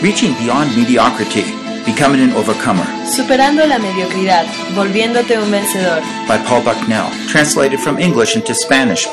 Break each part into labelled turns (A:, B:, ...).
A: Reaching Beyond Mediocrity, Becoming an Overcomer
B: Superando la mediocridad, volviéndote un vencedor.
A: by Paul Bucknell, translated from English into Spanish.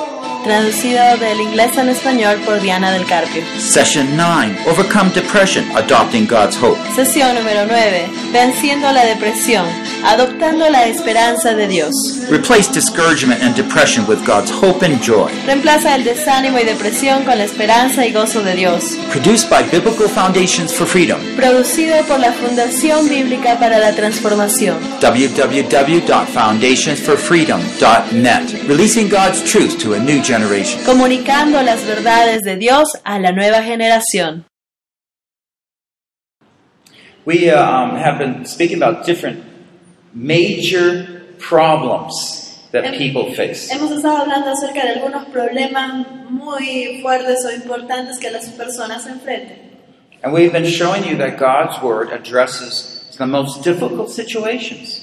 B: Traducido del inglés al español por Diana del Carpio.
A: Session 9, Overcome Depression, Adopting God's Hope.
B: Sesión número 9. Venciendo la depresión, adoptando la esperanza de Dios.
A: Replace discouragement and depression with God's hope and joy.
B: Reemplaza el desánimo y depresión con la esperanza y gozo de Dios.
A: Produced by Biblical Foundations for Freedom,
B: Producido por la Fundación Bíblica para la Transformación.
A: www.foundationsforfreedom.net. Releasing God's truth to a new generation.
B: Comunicando las verdades de Dios a la nueva generación.
C: We uh, um, have been speaking about different major problems that
B: And-
C: people face.
B: Hemos estado hablando acerca de algunos problemas muy fuertes o importantes que las personas enfrentan.
C: And we've been showing you that God's Word addresses the most difficult situations.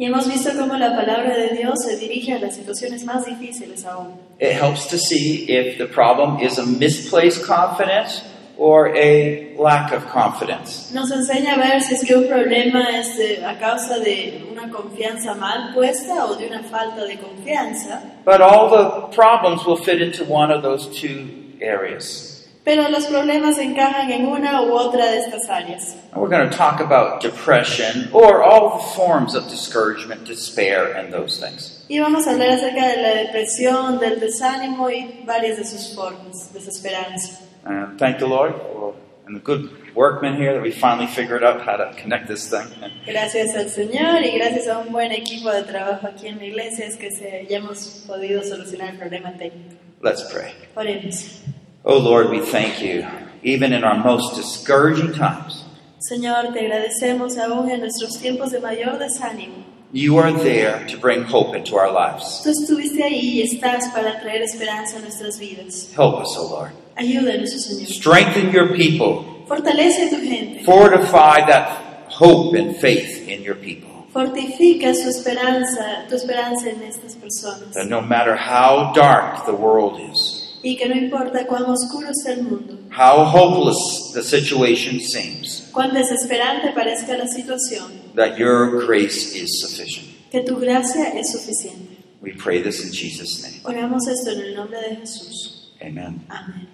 B: Y hemos visto cómo la palabra de Dios se dirige a las situaciones más difíciles aún.
C: It helps to see if the problem is a misplaced confidence or a lack of confidence.
B: Nos enseña a ver si es que un problema es eh, a causa de una confianza mal puesta o de una falta de confianza.
C: But all the problems will fit into one of those two areas.
B: Pero los problemas encajan en una u otra de estas áreas.
C: And we're going to talk about depression or all the forms of discouragement, despair, and those things.
B: Y vamos a hablar acerca de la depresión, del desánimo y varias de sus formas, desesperanza.
C: And thank the Lord for, and the good workmen here that we finally figured out how to connect this thing.
B: Gracias al Señor y gracias a un buen equipo de trabajo aquí en la iglesia es que se- hayamos podido solucionar el problema técnico.
C: Let's pray.
B: Oremos.
C: Oh Lord, we thank you. Even in our most discouraging times,
B: Señor, te agradecemos aún en nuestros tiempos de mayor desánimo.
C: you are there to bring hope into our lives.
B: Tú estuviste ahí y estás para traer esperanza a nuestras vidas.
C: Help us, O Lord.
B: Ayúdanos, oh Señor.
C: Strengthen your people.
B: Fortalece a tu gente.
C: Fortify that hope and faith in your people.
B: Fortifica su esperanza, tu esperanza en estas personas.
C: That no matter how dark the world is,
B: Y que no importa cuán oscuro sea el mundo,
C: how hopeless the situation seems,
B: cuán desesperante parezca la situación,
C: that your grace is sufficient.
B: que tu gracia es suficiente.
C: We pray this in Jesus' name.
B: Oramos esto en el nombre de Jesús.
C: Amen.
B: Amén.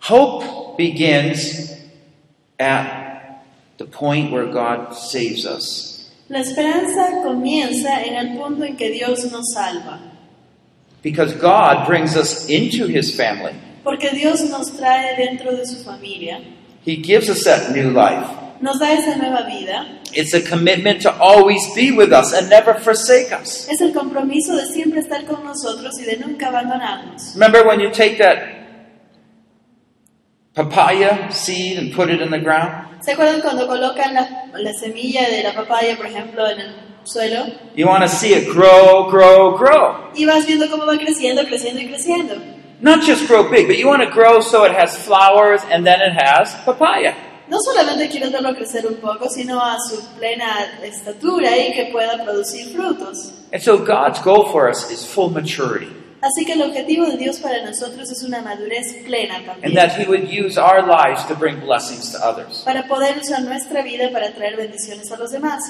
C: Hope begins at the point where God saves us.
B: La esperanza comienza en el punto en que Dios nos salva,
C: Because God brings us into his family.
B: porque Dios nos trae dentro de su familia,
C: He gives us that new life.
B: nos da esa nueva vida,
C: It's a commitment to always be with us and never forsake us.
B: es el compromiso de siempre estar con nosotros y de nunca abandonarnos.
C: Remember when you take that papaya seed and put it in the ground?
B: ¿Se acuerdan cuando colocan la, la semilla de la papaya, por ejemplo, en el suelo?
C: You want to see it grow, grow, grow.
B: Y vas viendo cómo va creciendo, creciendo y creciendo.
C: Not just grow big, but you want to grow so it has flowers and then it has papaya.
B: No solamente quieres verlo crecer un poco, sino a su plena estatura y que pueda producir frutos.
C: And so God's goal for us is full maturity,
B: Así que el objetivo de Dios para nosotros es una madurez plena
C: and
B: también,
C: that He would use our lives to bring blessings to others.
B: para poder usar nuestra vida para traer bendiciones a los demás.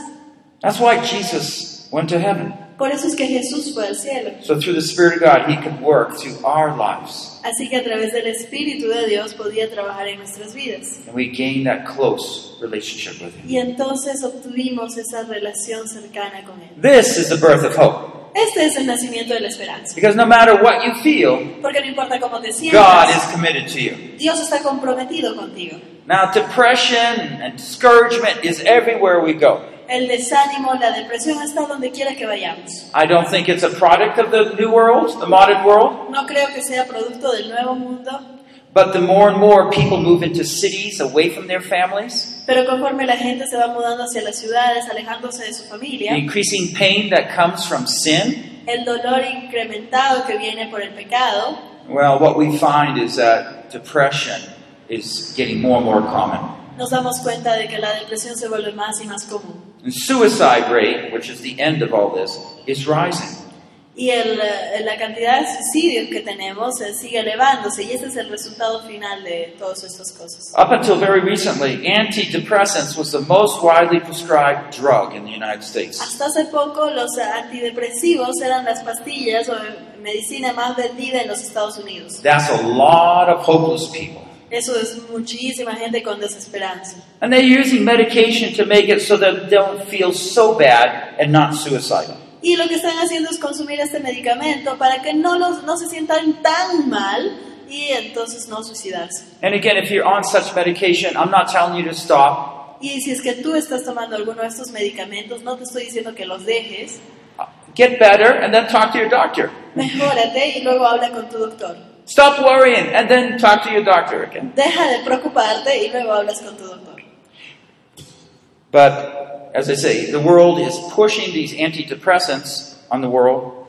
C: That's why Jesus went to heaven.
B: Por eso es que Jesús fue al cielo.
C: So through the Spirit of God, He could work through our lives,
B: Así que a través del Espíritu de Dios podía trabajar en nuestras vidas.
C: and we gain that close relationship with Him.
B: Y entonces obtuvimos esa relación cercana con Él.
C: This is the birth of hope,
B: Este es el nacimiento de la esperanza.
C: because no matter what you feel,
B: Porque no importa cómo te
C: God
B: sientas,
C: is committed to you.
B: Dios está comprometido contigo.
C: Now, depression and discouragement is everywhere we go.
B: El desánimo, la depresión está donde quiera que vayamos.
C: I don't think it's a product of the new world, the modern world,
B: No creo que sea producto del nuevo mundo,
C: but the more and more people move into cities away from their families,
B: pero conforme la gente se va mudando hacia las ciudades, alejándose de su familia,
C: The increasing pain that comes from sin,
B: el dolor incrementado que viene por el pecado,
C: well, what we find is that depression is getting more and more common.
B: nos damos cuenta de que la depresión se vuelve más y más común.
C: And suicide rate, which is the end of all this, is rising.
B: y el, eh, la cantidad de suicidios que tenemos eh, sigue elevándose y ese es el resultado final de todas estas cosas.
C: Up until very recently, antidepressants was the most widely prescribed drug in the United States.
B: Hasta hace poco los antidepresivos eran las pastillas o eh, medicina más vendida en los Estados Unidos.
C: That's a lot of hopeless people.
B: Eso es muchísima gente con desesperanza.
C: And they're using medication to make it so that they don't feel so bad and not suicidal.
B: Y lo que están haciendo es consumir este medicamento para que no, los, no se sientan tan mal y entonces no suicidarse.
C: And again, if you're on such medication, I'm not telling you to stop.
B: Y si es que tú estás tomando alguno de estos medicamentos, no te estoy diciendo que los dejes,
C: Get better and then talk to your doctor.
B: mejórate y luego habla con tu doctor.
C: Stop worrying and then talk to your doctor again.
B: Deja de preocuparte y luego hablas con tu doctor.
C: But as I say, the world is pushing these antidepressants on the world,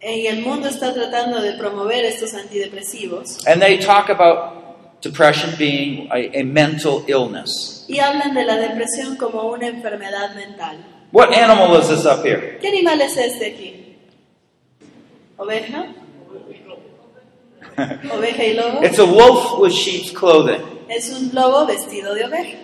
B: Y el mundo está tratando de promover estos antidepresivos
C: and they talk about depression being a, a mental illness.
B: y hablan de la depresión como una enfermedad mental.
C: What animal is this up here?
B: ¿Qué animal es este aquí? ¿Oveja? ¿Oveja y lobo?
C: It's a wolf with sheep's clothing.
B: Es un lobo vestido de oveja.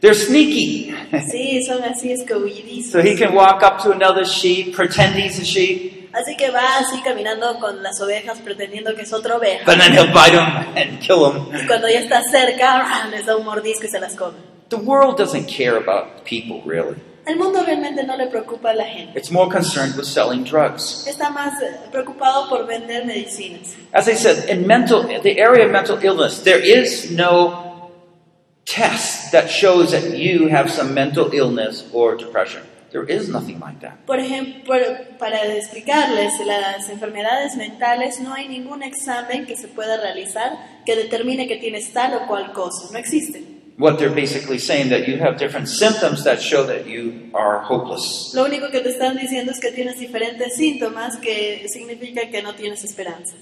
C: They're sneaky.
B: Sí, son así escabullidizos.
C: So he can walk up to another sheep, pretend he's a sheep,
B: Así que va así caminando con las ovejas pretendiendo que es otra oveja.
C: but then he'll bite him and kill him.
B: Y cuando ya está cerca, ¡ah! les da un mordisco y se las come.
C: The world doesn't care about people, really.
B: El mundo realmente no le preocupa a la gente.
C: It's more concerned with selling drugs.
B: Está más eh, preocupado por vender medicinas.
C: As I said, in mental, the area of mental illness, there is no test that shows that you have some mental illness or depression. There is nothing like that.
B: Por ejemplo, para explicarles las enfermedades mentales, no hay ningún examen que se pueda realizar que determine que tienes tal o cual cosa. No existe.
C: What they're basically saying that you have different symptoms that show that you are hopeless.
B: Lo único que te están diciendo es que tienes diferentes síntomas que significa que no tienes esperanza.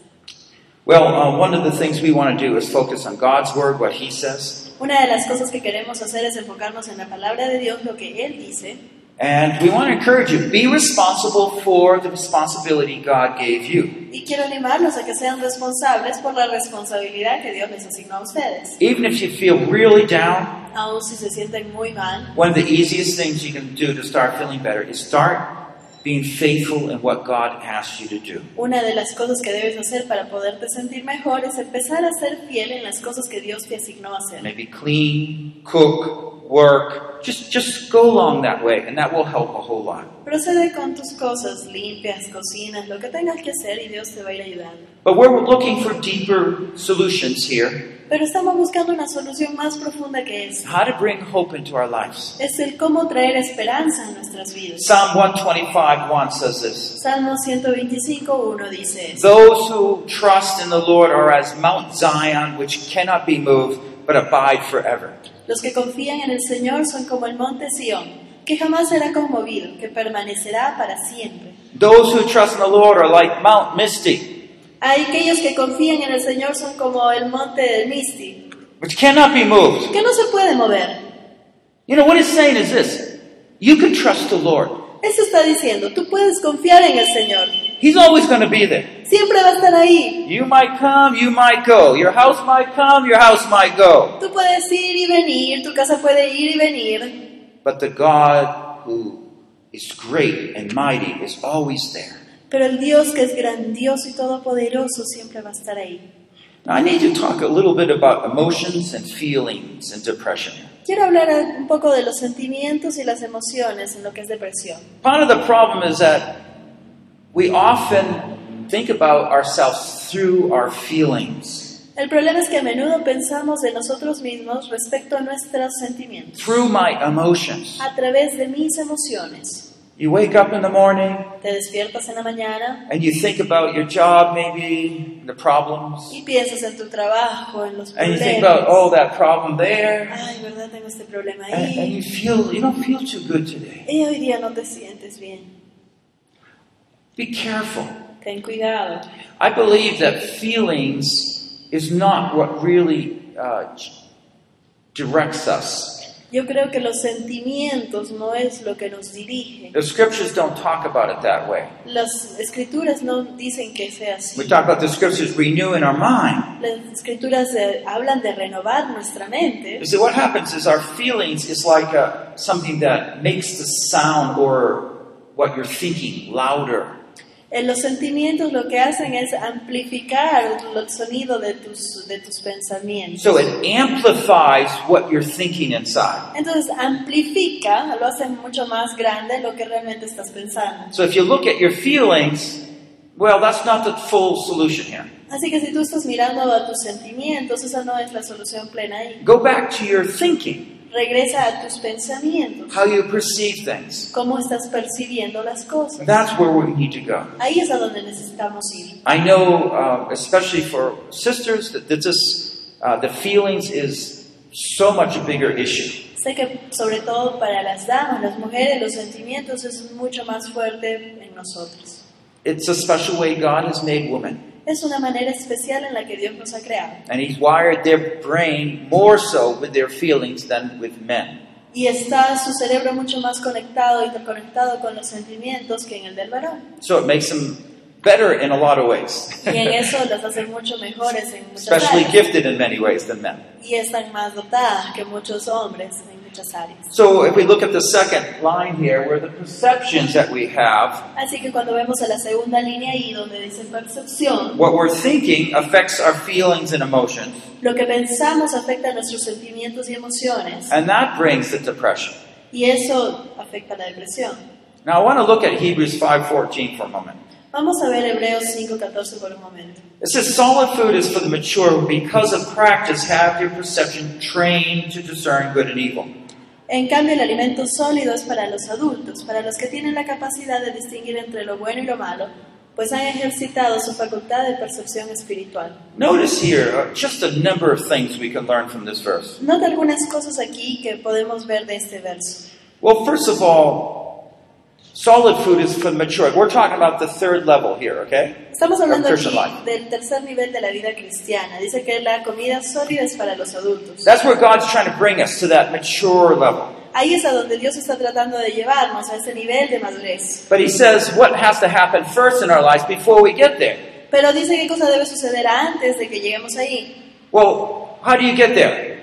C: Well, uh, one of the things we want to do is focus on God's word, what He says,
B: Una de las cosas que queremos hacer es enfocarnos en la palabra de Dios, lo que Él dice,
C: and we want to encourage you: be responsible for the responsibility God gave you,
B: y quiero animarlos a que sean responsables por la responsabilidad que Dios les asignó a ustedes.
C: even if you feel really down.
B: Aun si se sienten muy mal,
C: One of the easiest things you can do to start feeling better is start being faithful in what God asks you to do.
B: una de las cosas que debes hacer para poderte sentir mejor es empezar a ser fiel en las cosas que Dios te asignó a hacer.
C: Maybe clean, cook, work. Just just go along that way, and that will help a whole lot.
B: Procede con tus cosas limpias, cocinas, lo que tengas que hacer y Dios te va a ir ayudando.
C: But we're looking for deeper solutions here.
B: Pero estamos buscando una solución más profunda que es.
C: How to bring hope into our lives.
B: Es el cómo traer esperanza a nuestras vidas.
C: Psalm 125, 1 says this.
B: Salmo 125.1 dice esto.
C: Those who trust in the Lord are as Mount Zion, which cannot be moved, but abide forever.
B: Los que confían en el Señor son como el monte Sión, que jamás será conmovido, que permanecerá para siempre.
C: Those who trust in the Lord are like Mount Misty,
B: Hay aquellos que confían en el Señor son como el monte del Misti,
C: which cannot be moved.
B: que no se puede mover.
C: You know what it's saying is this: you can trust the Lord.
B: Eso está diciendo, tú puedes confiar en el Señor.
C: He's always going to be there.
B: Siempre va a estar ahí.
C: You might come, you might go. Your house might come, your house might go.
B: Tú puedes ir y venir, tu casa puede ir y venir,
C: But the God who is great and mighty is always there.
B: pero el Dios que es grandioso y todopoderoso siempre va a estar ahí.
C: Now, I need to talk a little bit about emotions and feelings and depression.
B: Quiero hablar a- un poco de los sentimientos y las emociones en lo que es depresión.
C: Part of the problem is that we often think about ourselves through our feelings.
B: El problema es que a menudo pensamos de nosotros mismos respecto a nuestros sentimientos,
C: Through my emotions.
B: a través de mis emociones.
C: You wake up in the morning,
B: Te despiertas en la mañana
C: and you think about your job maybe the problems
B: y piensas en tu trabajo, en los
C: and you think about
B: problemas.
C: oh that problem there
B: Ay, ¿verdad? Tengo este problema
C: and, and
B: ahí.
C: you feel you don't feel too good today
B: Y hoy día no te sientes bien.
C: be careful
B: Ten cuidado.
C: i believe that feelings is not what really uh, directs us
B: Yo creo que los sentimientos no es lo que nos dirige.
C: The scriptures don't talk about it that way.
B: Las escrituras no dicen que sea
C: We
B: así.
C: talk about the scriptures renewing our mind.
B: Las escrituras eh, hablan de renovar nuestra mente.
C: You see, what happens is our feelings is like uh something that makes the sound or what you're thinking louder.
B: Eh, los sentimientos lo que hacen es amplificar el sonido de tus, de tus pensamientos.
C: So it amplifies what you're thinking inside.
B: Entonces amplifica, lo hace mucho más grande lo que realmente estás pensando.
C: So if you look at your feelings, well, that's not the full solution here.
B: Así que si tú estás mirando a tus sentimientos, esa no es la solución plena ahí.
C: Go back to your thinking,
B: Regresa a tus pensamientos,
C: how you perceive things.
B: cómo estás percibiendo las cosas.
C: That's where we need to go.
B: Ahí es a donde necesitamos ir.
C: I know, uh, especially for sisters, that this is, uh, the feelings is so much a bigger issue.
B: Sé que sobre todo para las damas, las mujeres, los sentimientos es mucho más fuerte en nosotros.
C: It's a special way God has made women,
B: Es una manera especial en la que Dios nos ha creado.
C: and He's wired their brain more so with their feelings than with men.
B: Y está su cerebro mucho más conectado, interconectado con los sentimientos que en el del varón.
C: So it makes them better in a lot of ways,
B: Y en eso las hacen mucho mejores en muchas
C: especially
B: áreas.
C: gifted in many ways than men.
B: Y están más dotadas que muchos hombres en muchas áreas.
C: So if we look at the second line here, where the perceptions that we have,
B: Así que cuando vemos a la segunda línea ahí donde dice percepción,
C: what we're thinking affects our feelings and emotions,
B: lo que pensamos afecta a nuestros sentimientos y emociones.
C: and that brings the depression.
B: Y eso afecta a la depresión.
C: Now I want to look at Hebrews 5:14 for a moment.
B: Vamos a ver Hebreos 5.14 por un momento.
C: It says solid food is for the mature who because of practice have their perception trained to discern good and evil.
B: En cambio, el alimento sólido es para los adultos, para los que tienen la capacidad de distinguir entre lo bueno y lo malo, pues han ejercitado su facultad de percepción espiritual.
C: Notice here uh, just a number of things we can learn from this verse.
B: Nota algunas cosas aquí que podemos ver de este verso.
C: Well, first of all, solid food is for the mature. We're talking about the third level here, okay?
B: Estamos hablando
C: Of Christian
B: aquí
C: life.
B: del tercer nivel de la vida cristiana. Dice que la comida sólida es para los adultos.
C: That's where God's trying to bring us to that mature level.
B: Ahí es a donde Dios está tratando de llevarnos, a ese nivel de madurez.
C: But he says what has to happen first in our lives before we get there.
B: Pero dice qué cosa debe suceder antes de que lleguemos ahí.
C: Well, how do you get there?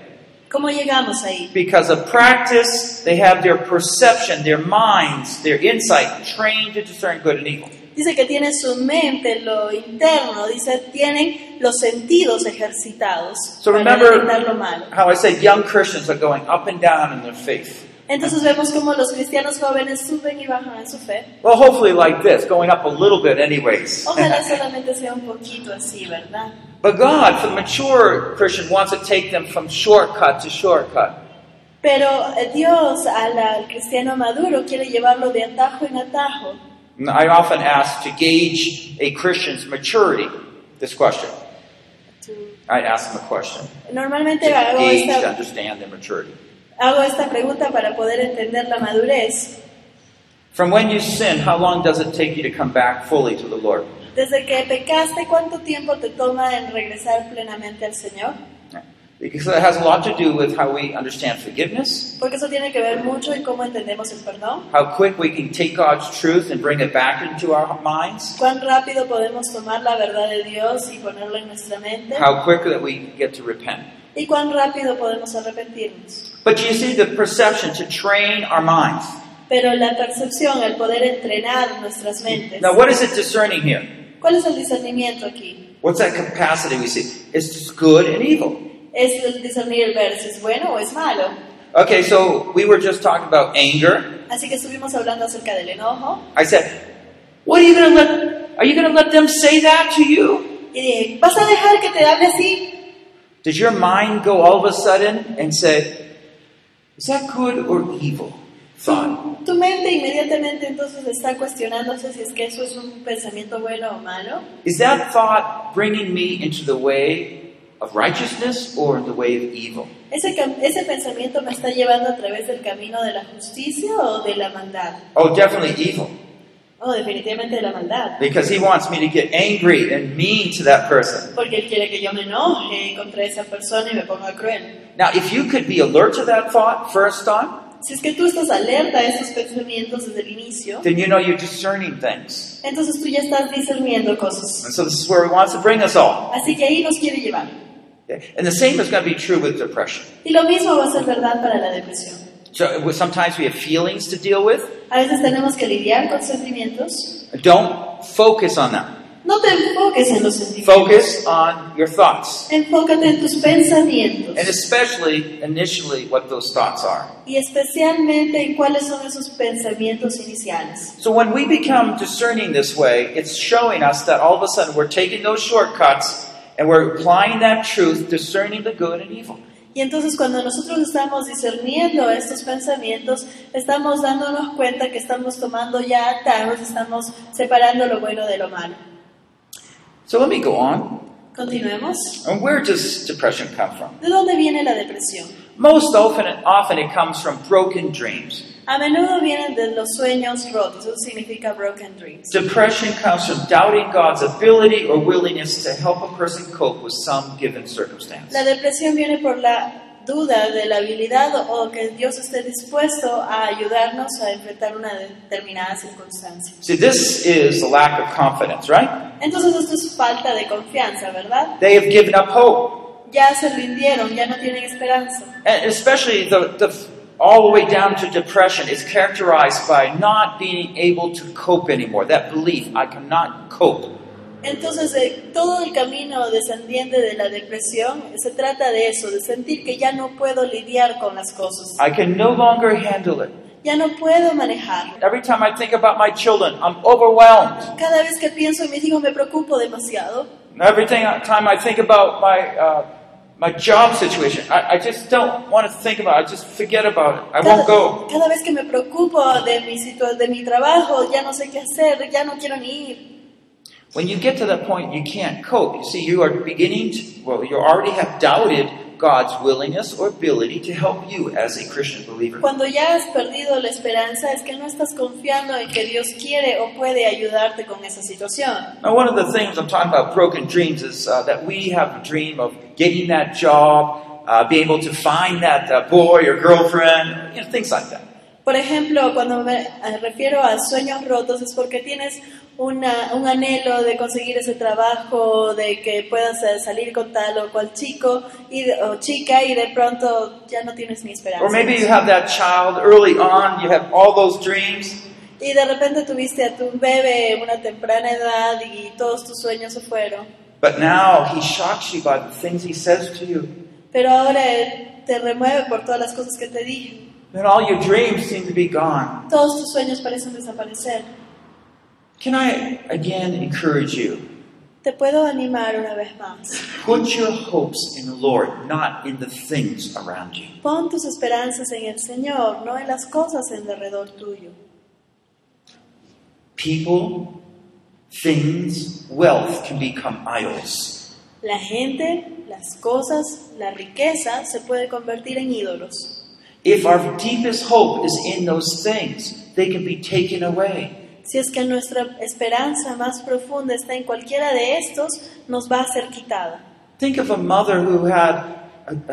B: ¿Cómo llegamos ahí?
C: Because of practice, they have their perception, their minds, their insight trained to discern good and evil.
B: Dice que tienen su mente, lo interno. Dice, tienen los sentidos ejercitados
C: So
B: para
C: remember-
B: detectar lo malo.
C: How I said young Christians are going up and down in their faith.
B: Entonces vemos cómo los cristianos jóvenes suben y bajan en su fe.
C: Well, hopefully, like this, going up a little bit, anyways.
B: Ojalá solamente sea un poquito así, ¿verdad?
C: but God, for the mature Christian, wants to take them from shortcut to shortcut.
B: Pero eh, Dios al, al cristiano maduro quiere llevarlo de atajo en atajo.
C: And I often ask to gauge a Christian's maturity this question. I ask them a question to
B: Normalmente hago
C: gauge, to
B: esta,
C: understand their maturity.
B: hago esta pregunta para poder entender la madurez.
C: From when you sin, how long does it take you to come back fully to the Lord?
B: Desde que pecaste, ¿cuánto tiempo te toma en regresar plenamente al Señor?
C: Because it has a lot to do with how we understand forgiveness,
B: Porque eso tiene que ver mucho en cómo entendemos el perdón,
C: how quick we can take God's truth and bring it back into our minds,
B: cuán rápido podemos tomar la verdad de Dios y ponerlo en nuestra mente,
C: how quick that we get to repent.
B: y cuán rápido podemos arrepentirnos.
C: But you see, the perception to train our minds.
B: Pero la percepción, el poder entrenar nuestras mentes.
C: Now, what is it discerning here?
B: ¿Cuál es el discernimiento aquí?
C: What's that capacity we see? It's just good and evil.
B: es el discernir el ver si es bueno o es malo.
C: Okay, so we were just talking about anger.
B: Así que estuvimos hablando acerca del enojo
C: I said, "What are you going to let? Are you going to let them say that to you?
B: y dije, ¿vas a dejar que te hable así?
C: Did your mind go all of a sudden and say, is that good or evil thought?"
B: Tu mente inmediatamente entonces está cuestionándose si es que eso es un pensamiento bueno o malo.
C: Is that thought bringing me into the way of righteousness or the way of evil?
B: ¿Ese, cam- ese pensamiento me está llevando a través del camino de la justicia o de la maldad?
C: Oh, definitely evil.
B: Oh, definitivamente de la maldad.
C: because he wants me to get angry and mean to that person.
B: Porque él quiere que yo me enoje contra esa persona y me ponga cruel.
C: Now, if you could be alert to that thought first time,
B: Si es que tú estás alerta a esos pensamientos desde el inicio,
C: then you know you're discerning things.
B: entonces tú ya estás discerniendo cosas.
C: And so this is where he wants to bring us all.
B: Así que ahí nos quiere llevar.
C: Okay? And the same is going to be true with depression.
B: Y lo mismo va a ser verdad para la depresión.
C: So it was- sometimes we have feelings to deal with.
B: A veces tenemos que lidiar con sentimientos.
C: Don't focus on them.
B: No te enfoques en los sentimientos.
C: Focus on your thoughts.
B: Enfócate en tus pensamientos.
C: And especially initially what those thoughts are.
B: Y especialmente en cuáles son esos pensamientos iniciales.
C: So when we become discerning this way, it's showing us that all of a sudden we're taking those shortcuts and we're applying that truth, discerning the good and evil.
B: Y entonces cuando nosotros estamos discerniendo estos pensamientos, estamos dándonos cuenta que estamos tomando ya atajos, estamos separando lo bueno de lo malo.
C: So let me go on.
B: Continuemos.
C: And where does depression come from?
B: ¿De dónde viene la depresión?
C: Most often, often it comes from broken dreams.
B: A menudo vienen de los sueños rotos, eso significa broken dreams.
C: Depression comes from doubting God's ability or willingness to help a person cope with some given circumstance.
B: La depresión viene por la duda de la habilidad o que Dios esté dispuesto a ayudarnos a enfrentar una determinada circunstancia.
C: See, this is a lack of confidence, right?
B: Entonces esto es falta de confianza, ¿verdad?
C: They have given up hope,
B: Ya se rindieron, ya no tienen esperanza.
C: and especially the, the all the way down to depression is characterized by not being able to cope anymore. That belief, I cannot cope.
B: Entonces eh, todo el camino descendiente de la depresión se trata de eso, de sentir que ya no puedo lidiar con las cosas,
C: I can no longer handle it.
B: ya no puedo manejar.
C: Every time I think about my children, I'm overwhelmed.
B: Cada vez que pienso en mis hijos me preocupo demasiado.
C: Every thing- time I think about my uh, my job situation, I, I just don't want to think about. it. I just forget about it. I won't go.
B: Cada, cada vez que me preocupo de mi, situa- de mi trabajo, ya no sé qué hacer, ya no quiero ni ir.
C: When you get to that point, you can't cope. You see, you are beginning to, well, you already have doubted God's willingness or ability to help you as a Christian believer.
B: Cuando ya has perdido la esperanza es que no estás confiando en que Dios quiere o puede ayudarte con esa situación.
C: Now, one of the things I'm talking about broken dreams is uh, that we have a dream of getting that job, uh, being able to find that uh, boy or girlfriend, you know, things like that.
B: Por ejemplo, cuando me eh, refiero a sueños rotos es porque tienes una- un anhelo de conseguir ese trabajo, de que puedas eh, salir con tal o cual chico y de- o chica y de pronto ya no tienes ni esperanza.
C: Or maybe you have that child early on, you have all those dreams,
B: Y de repente tuviste a tu bebé en una temprana edad y todos tus sueños se fueron.
C: but now he shocks you by the things he says to you.
B: Pero ahora Él te remueve por todas las cosas que te dije.
C: Then all your dreams seem to be gone.
B: Todos tus sueños parecen desaparecer.
C: Can I again encourage you?
B: Te puedo animar una vez más.
C: Put your hopes in the Lord, not in the things around you.
B: Pon tus esperanzas en el Señor, no en las cosas en derredor tuyo.
C: People, things, wealth can become idols.
B: La gente, las cosas, la riqueza se puede convertir en ídolos.
C: If our deepest hope is in those things, they can be taken away.
B: Si es que nuestra esperanza más profunda está en cualquiera de estos, nos va a ser quitada.
C: Think of a mother who had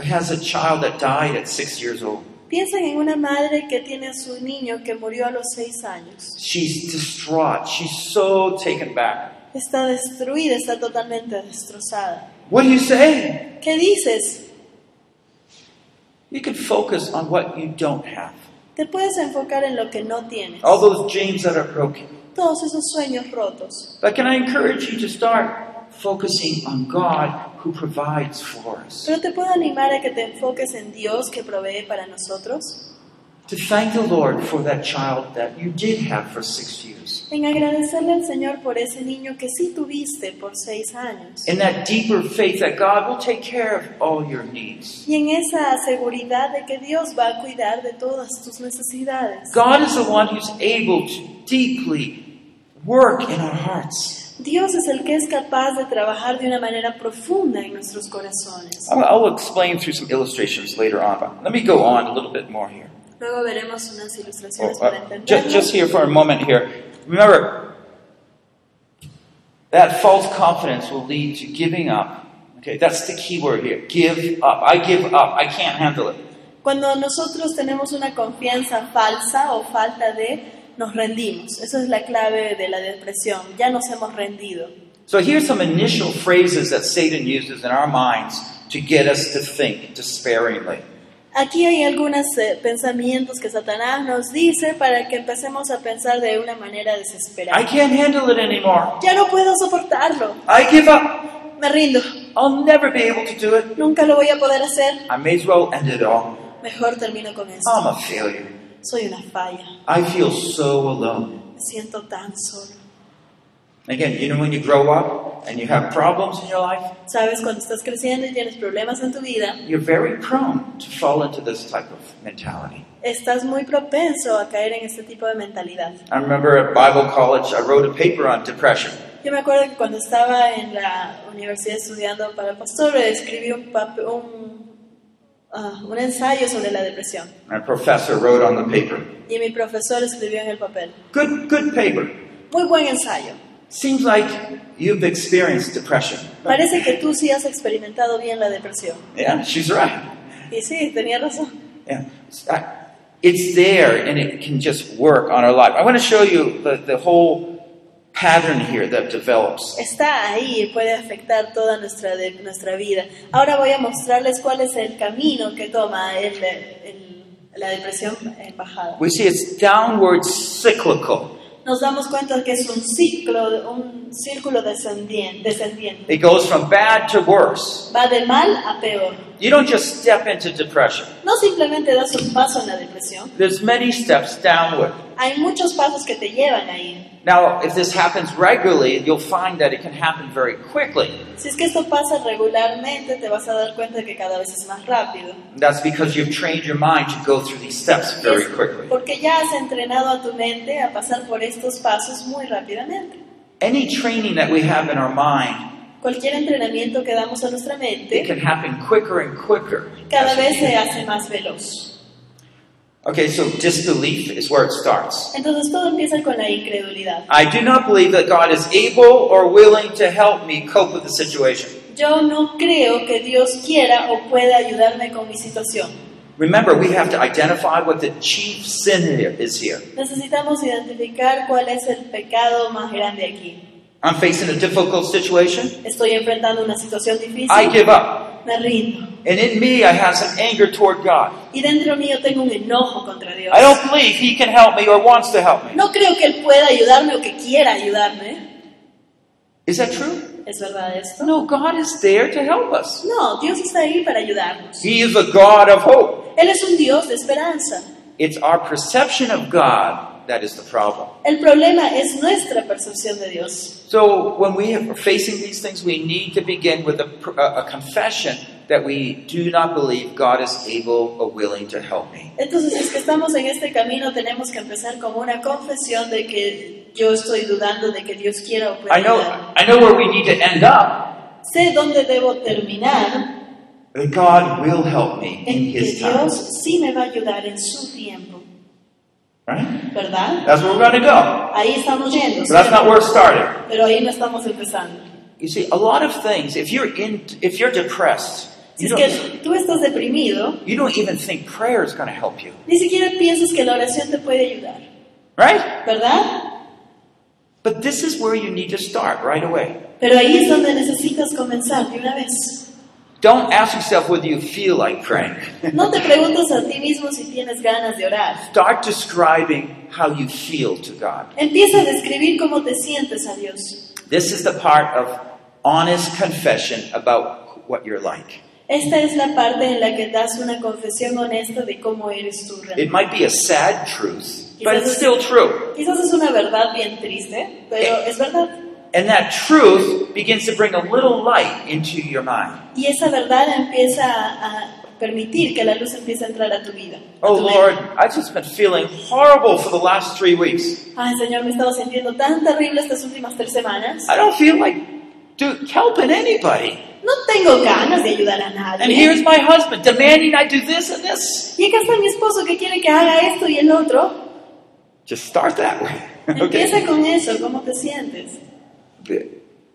C: has a child that died at six years old.
B: Piensen en una madre que tiene a su niño que murió a los seis años.
C: She's distraught. She's so taken back.
B: Está destruida, está totalmente destrozada.
C: What do you say?
B: ¿Qué dices?
C: You can focus on what you don't have.
B: Te puedes enfocar en lo que no tienes.
C: All those dreams that are broken.
B: Todos esos sueños rotos.
C: But can I encourage you to start focusing on God who provides for us?
B: Pero te puedo animar a que te enfoques en Dios que provee para nosotros.
C: To thank the Lord for that child that you did have for six years.
B: En agradecerle al Señor por ese niño que sí tuviste por seis años.
C: In that deeper faith that God will take care of all your needs.
B: Y en esa seguridad de que Dios va a cuidar de todas tus necesidades.
C: God is the one who's able to deeply work in our hearts.
B: Dios es el que es capaz de trabajar de una manera profunda en nuestros corazones.
C: I'll, I'll explain through some illustrations later on, but let me go on a little bit more here.
B: Luego veremos unas
C: Oh,
B: ilustraciones para
C: uh, just,
B: entenderlo.
C: just here for a moment here. Remember, that false confidence will lead to giving up. Okay, that's the key word here. Give up. I give up. I can't handle it.
B: Cuando nosotros tenemos una confianza falsa o falta de, nos rendimos. Esa es la clave de la depresión. Ya nos hemos rendido.
C: So here's some initial phrases that Satan uses in our minds to get us to think despairingly.
B: Aquí hay algunos eh, pensamientos que Satanás nos dice para que empecemos a pensar de una manera
C: I
B: desesperada.
C: can't handle it anymore.
B: Ya no puedo soportarlo.
C: I give up.
B: Me rindo.
C: I'll never be able to do it.
B: Nunca lo voy a poder hacer.
C: I may as well end it all.
B: Mejor termino con esto.
C: I'm a failure.
B: Soy una falla.
C: I feel so alone.
B: Me siento tan solo.
C: Again, you know when you grow up and you have problems in your life,
B: Sabes, cuando estás creciendo y tienes problemas en tu vida,
C: you're very prone to fall into this type of mentality.
B: estás muy propenso a caer en este tipo de mentalidad.
C: I remember at Bible college, I wrote a paper on depression.
B: Yo me acuerdo que cuando estaba en la universidad estudiando para pastor, escribí un, pap- un, ah, un ensayo sobre la depresión.
C: My professor wrote on the paper.
B: Y mi profesor escribió en el papel.
C: Good, good paper.
B: Muy buen ensayo.
C: Seems like you've experienced depression.
B: Parece que tú sí has experimentado bien la depresión.
C: Yeah, she's right.
B: Y sí, tenía razón.
C: Yeah. It's, I- it's there and it can just work on our life. I want to show you the, the whole pattern here that develops.
B: Está ahí y puede afectar toda nuestra, de- nuestra vida. Ahora voy a mostrarles cuál es el camino que toma el- el- la depresión en bajada.
C: We see it's downward cyclical.
B: Nos damos cuenta que es un ciclo, un círculo descendien- descendiente.
C: It goes from bad to worse.
B: Va de mal a peor.
C: You don't just step into depression.
B: No simplemente das un paso en la depresión.
C: There's many steps downward.
B: Hay muchos pasos que te llevan ahí.
C: Now, if this happens regularly, you'll find that it can happen very quickly.
B: Si es que esto pasa regularmente, te vas a dar cuenta de que cada vez es más rápido.
C: That's because you've trained your mind to go through these steps
B: Y es
C: very quickly.
B: porque ya has entrenado a tu mente a pasar por estos pasos muy rápidamente.
C: Any training that we have in our mind,
B: Cualquier entrenamiento que damos a nuestra
C: it
B: mente
C: can happen quicker and quicker.
B: cada vez se hace más veloz.
C: Okay, so disbelief is where it starts.
B: Entonces todo empieza con la incredulidad.
C: I do not believe that God is able or willing to help me cope with the situation.
B: Yo no creo que Dios quiera o pueda ayudarme con mi situación.
C: Remember, we have to identify what the chief sin here is here.
B: Necesitamos identificar cuál es el pecado más grande aquí.
C: I'm facing a difficult situation.
B: Estoy enfrentando una situación
C: I
B: difícil,
C: give up.
B: me rindo.
C: And in me, I have some anger toward God.
B: Y dentro mío tengo un enojo contra Dios.
C: I don't believe He can help me or wants to help me.
B: No creo que Él pueda ayudarme o que quiera ayudarme.
C: Is that true?
B: ¿Es verdad esto?
C: No, God is there to help us.
B: No, Dios está ahí para ayudarnos.
C: He is a God of hope.
B: Él es un Dios de esperanza.
C: It's our perception of God that is the problem.
B: El problema es nuestra percepción de Dios.
C: So when we are facing these things, we need to begin with a, pr- a a confession that we do not believe God is able or willing to help me.
B: Entonces, si es que estamos en este camino, tenemos que empezar con una confesión de que yo estoy dudando de que Dios quiera o pueda
C: I know,
B: ayudarme.
C: I know where we need to end up.
B: Sé dónde debo terminar,
C: That God will help me in
B: en que
C: His time.
B: Dios sí me va a ayudar en su tiempo,
C: Right?
B: ¿verdad?
C: That's where we're going to go.
B: Ahí estamos yendo,
C: But that's not where it started.
B: pero ahí no estamos empezando.
C: You see, a lot of things. If you're in, if you're depressed,
B: Si
C: you
B: es
C: don't,
B: que tú estás deprimido,
C: you don't even think prayer is going to help you,
B: Ni siquiera piensas que la oración te puede ayudar,
C: right?
B: ¿verdad?
C: But this is where you need to start right away.
B: Pero ahí es donde necesitas comenzar de una vez.
C: Don't ask yourself whether you feel like praying.
B: No te preguntas a ti mismo si tienes ganas de orar.
C: Start describing how you feel to God.
B: Empieza a describir cómo te sientes a Dios.
C: This is the part of honest confession about what you're like.
B: Esta es la parte en la que das una confesión honesta de cómo eres tú
C: It
B: realmente.
C: might be a sad truth, but it's still true.
B: Quizás es una verdad bien triste, pero
C: Eh.
B: es verdad.
C: And that truth begins to bring a little light into your mind.
B: Y esa verdad empieza a a permitir que la luz empiece a entrar a tu vida. a
C: Oh
B: tu mente.
C: Lord, I've just been feeling horrible for the last three weeks.
B: Ay, Señor, me he estado sintiendo tan terrible estas últimas tres semanas.
C: I don't feel like do, helping anybody.
B: No tengo ganas de ayudar a
C: And
B: nadie.
C: here's my husband demanding I do this and this.
B: Y acá está mi esposo que quiere que haga esto y el otro.
C: Just start that way.
B: Empieza con eso, cómo te sientes.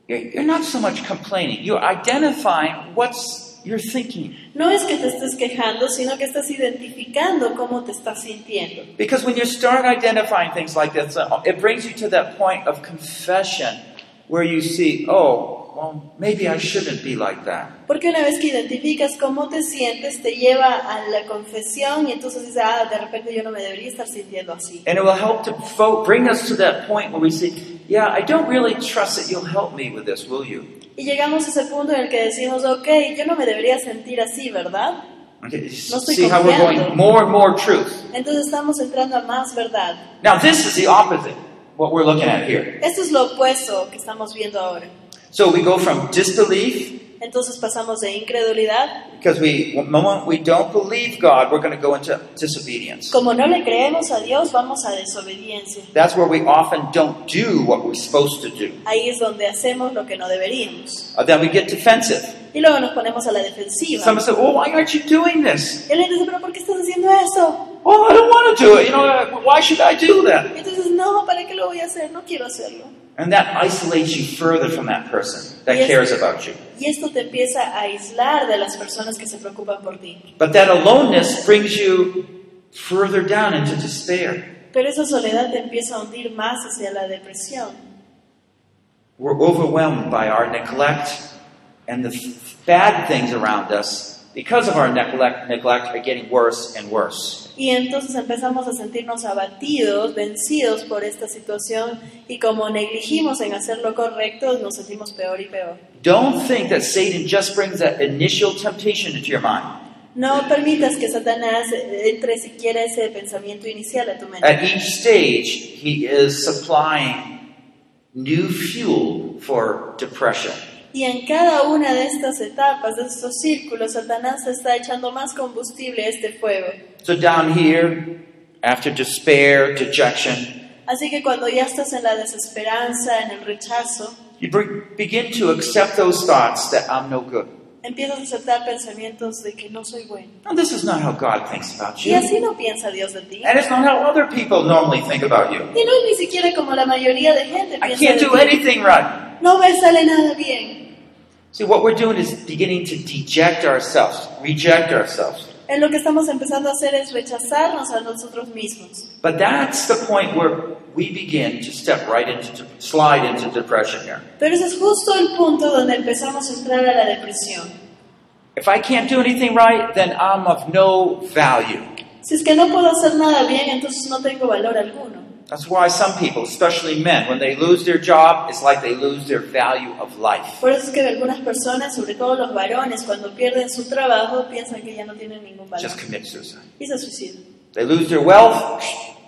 C: You're not so much complaining. You're identifying what's you're thinking.
B: No es que te estés quejando, sino que estás identificando cómo te estás sintiendo.
C: Because when you start identifying things like this, uh, it brings you to that point of confession where you see, oh, well, maybe I shouldn't be like that.
B: Porque una vez que identificas cómo te sientes, te lleva a la confesión y entonces dices, ah, de repente yo no me debería estar sintiendo así.
C: And it will help to fo- bring us to that point where we see, yeah, I don't really trust that you'll help me with this, will you?
B: Y llegamos a ese punto en el que decimos, ok, yo no me debería sentir así, ¿verdad?
C: Okay, you s-
B: No estoy
C: see how we're
B: confiando.
C: going more and more truth.
B: Entonces estamos entrando a más verdad.
C: Now, this is the opposite, what we're looking at here.
B: Esto es lo opuesto que estamos viendo ahora.
C: So we go from disbelief,
B: Entonces pasamos de incredulidad.
C: because we, the moment we don't believe God, we're going to go into disobedience.
B: Como no le creemos a Dios, vamos a desobediencia.
C: That's where we often don't do what we're supposed to do.
B: Ahí es donde hacemos lo que no deberíamos.
C: Uh, then we get defensive.
B: Y luego nos ponemos a la defensiva.
C: Some say, "Well, why aren't you doing this?
B: Y él dice, pero ¿por qué estás haciendo eso?
C: Oh, I don't want to do it. You know, uh, why should I do that?"
B: Y entonces, no, ¿para qué lo voy a hacer? No quiero hacerlo.
C: And that isolates you further from that person that
B: Yes.
C: cares about you.
B: Y esto te empieza a aislar de las personas que se preocupan por ti.
C: But that aloneness brings you further down into despair.
B: Pero esa soledad te empieza a hundir más hacia la depresión.
C: We're overwhelmed by our neglect and the f- bad things around us because of our neglect. Neglect are getting worse and worse.
B: Y entonces empezamos a sentirnos abatidos, vencidos por esta situación y como negligimos en hacer lo correcto, nos sentimos peor y peor.
C: Don't think that Satan just brings that initial temptation into your mind.
B: No permitas que Satanás entre siquiera ese pensamiento inicial a tu mente.
C: At each stage, he is supplying new fuel for depression.
B: Y en cada una de estas etapas, de estos círculos, Satanás está echando más combustible a este fuego.
C: So down here, after despair, dejection,
B: Así que cuando ya estás en la desesperanza, en el rechazo,
C: you bring, begin to accept those thoughts that I'm no good.
B: empiezas a aceptar pensamientos de que no soy bueno.
C: No, this is not how God thinks about
B: Y
C: you.
B: así no piensa Dios de ti.
C: And it's not how other people normally think about you.
B: Y no es ni siquiera como la mayoría de gente
C: I
B: piensa
C: can't
B: de
C: do
B: ti.
C: anything right.
B: No me sale nada bien.
C: See, what we're doing is beginning to deject ourselves, reject ourselves.
B: En lo que estamos empezando a hacer es rechazarnos a nosotros mismos.
C: But that's the point where we begin to step right into, slide into depression here.
B: Pero ese es justo el punto donde empezamos a entrar a la depresión.
C: If I can't do anything right, then I'm of no value.
B: Si es que no puedo hacer nada bien, entonces no tengo valor alguno.
C: That's why some people, especially men, when they lose their job, it's like they lose their value of life.
B: Por eso es que algunas personas, sobre todo los varones, cuando pierden su trabajo, piensan que ya no tienen ningún valor
C: Just commit suicide.
B: y se suicidan.
C: They lose their wealth.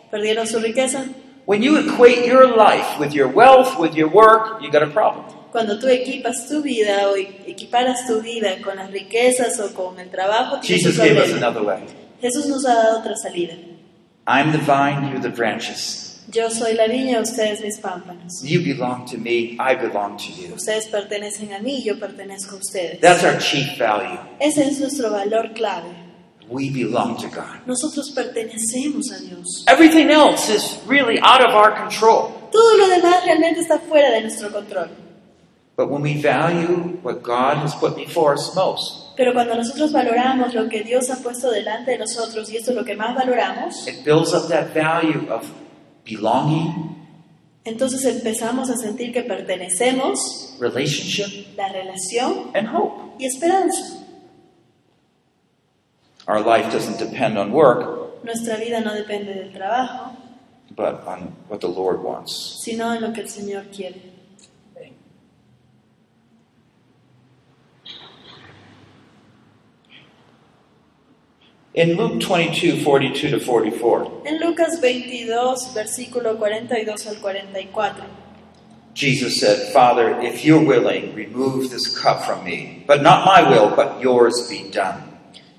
B: Perdieron su riqueza.
C: When you equate your life with your wealth, with your work, you got a problem.
B: Cuando tú equipas tu vida o e- equiparas tu vida con las riquezas o con el trabajo, tienes
C: Jesus
B: un
C: gave us
B: problema.
C: another way.
B: Jesús nos ha dado otra salida.
C: I'm the vine, you're the branches.
B: Yo soy la viña, ustedes mis pámpanos.
C: You belong to me, I belong to you.
B: Ustedes pertenecen a mí, yo pertenezco a ustedes.
C: That's our chief value.
B: Ese es nuestro valor clave.
C: We belong to God.
B: Nosotros pertenecemos a Dios.
C: Everything else is really out of our control.
B: Todo lo demás realmente está fuera de nuestro control.
C: But when we value what God has put before us most,
B: Pero cuando nosotros valoramos lo que Dios ha puesto delante de nosotros, y esto es lo que más valoramos,
C: it builds up that value of belonging,
B: entonces empezamos a sentir que pertenecemos,
C: relationship,
B: la relación
C: and hope.
B: y esperanza.
C: Our life doesn't depend on work,
B: Nuestra vida no depende del trabajo,
C: but on what the Lord wants.
B: sino en lo que el Señor quiere.
C: In Luke 22 42 to 44,
B: En Lucas 22, versículo 42 al 44,
C: Jesus said, Father, if you're willing, remove this cup from me, but not my will, but yours be done.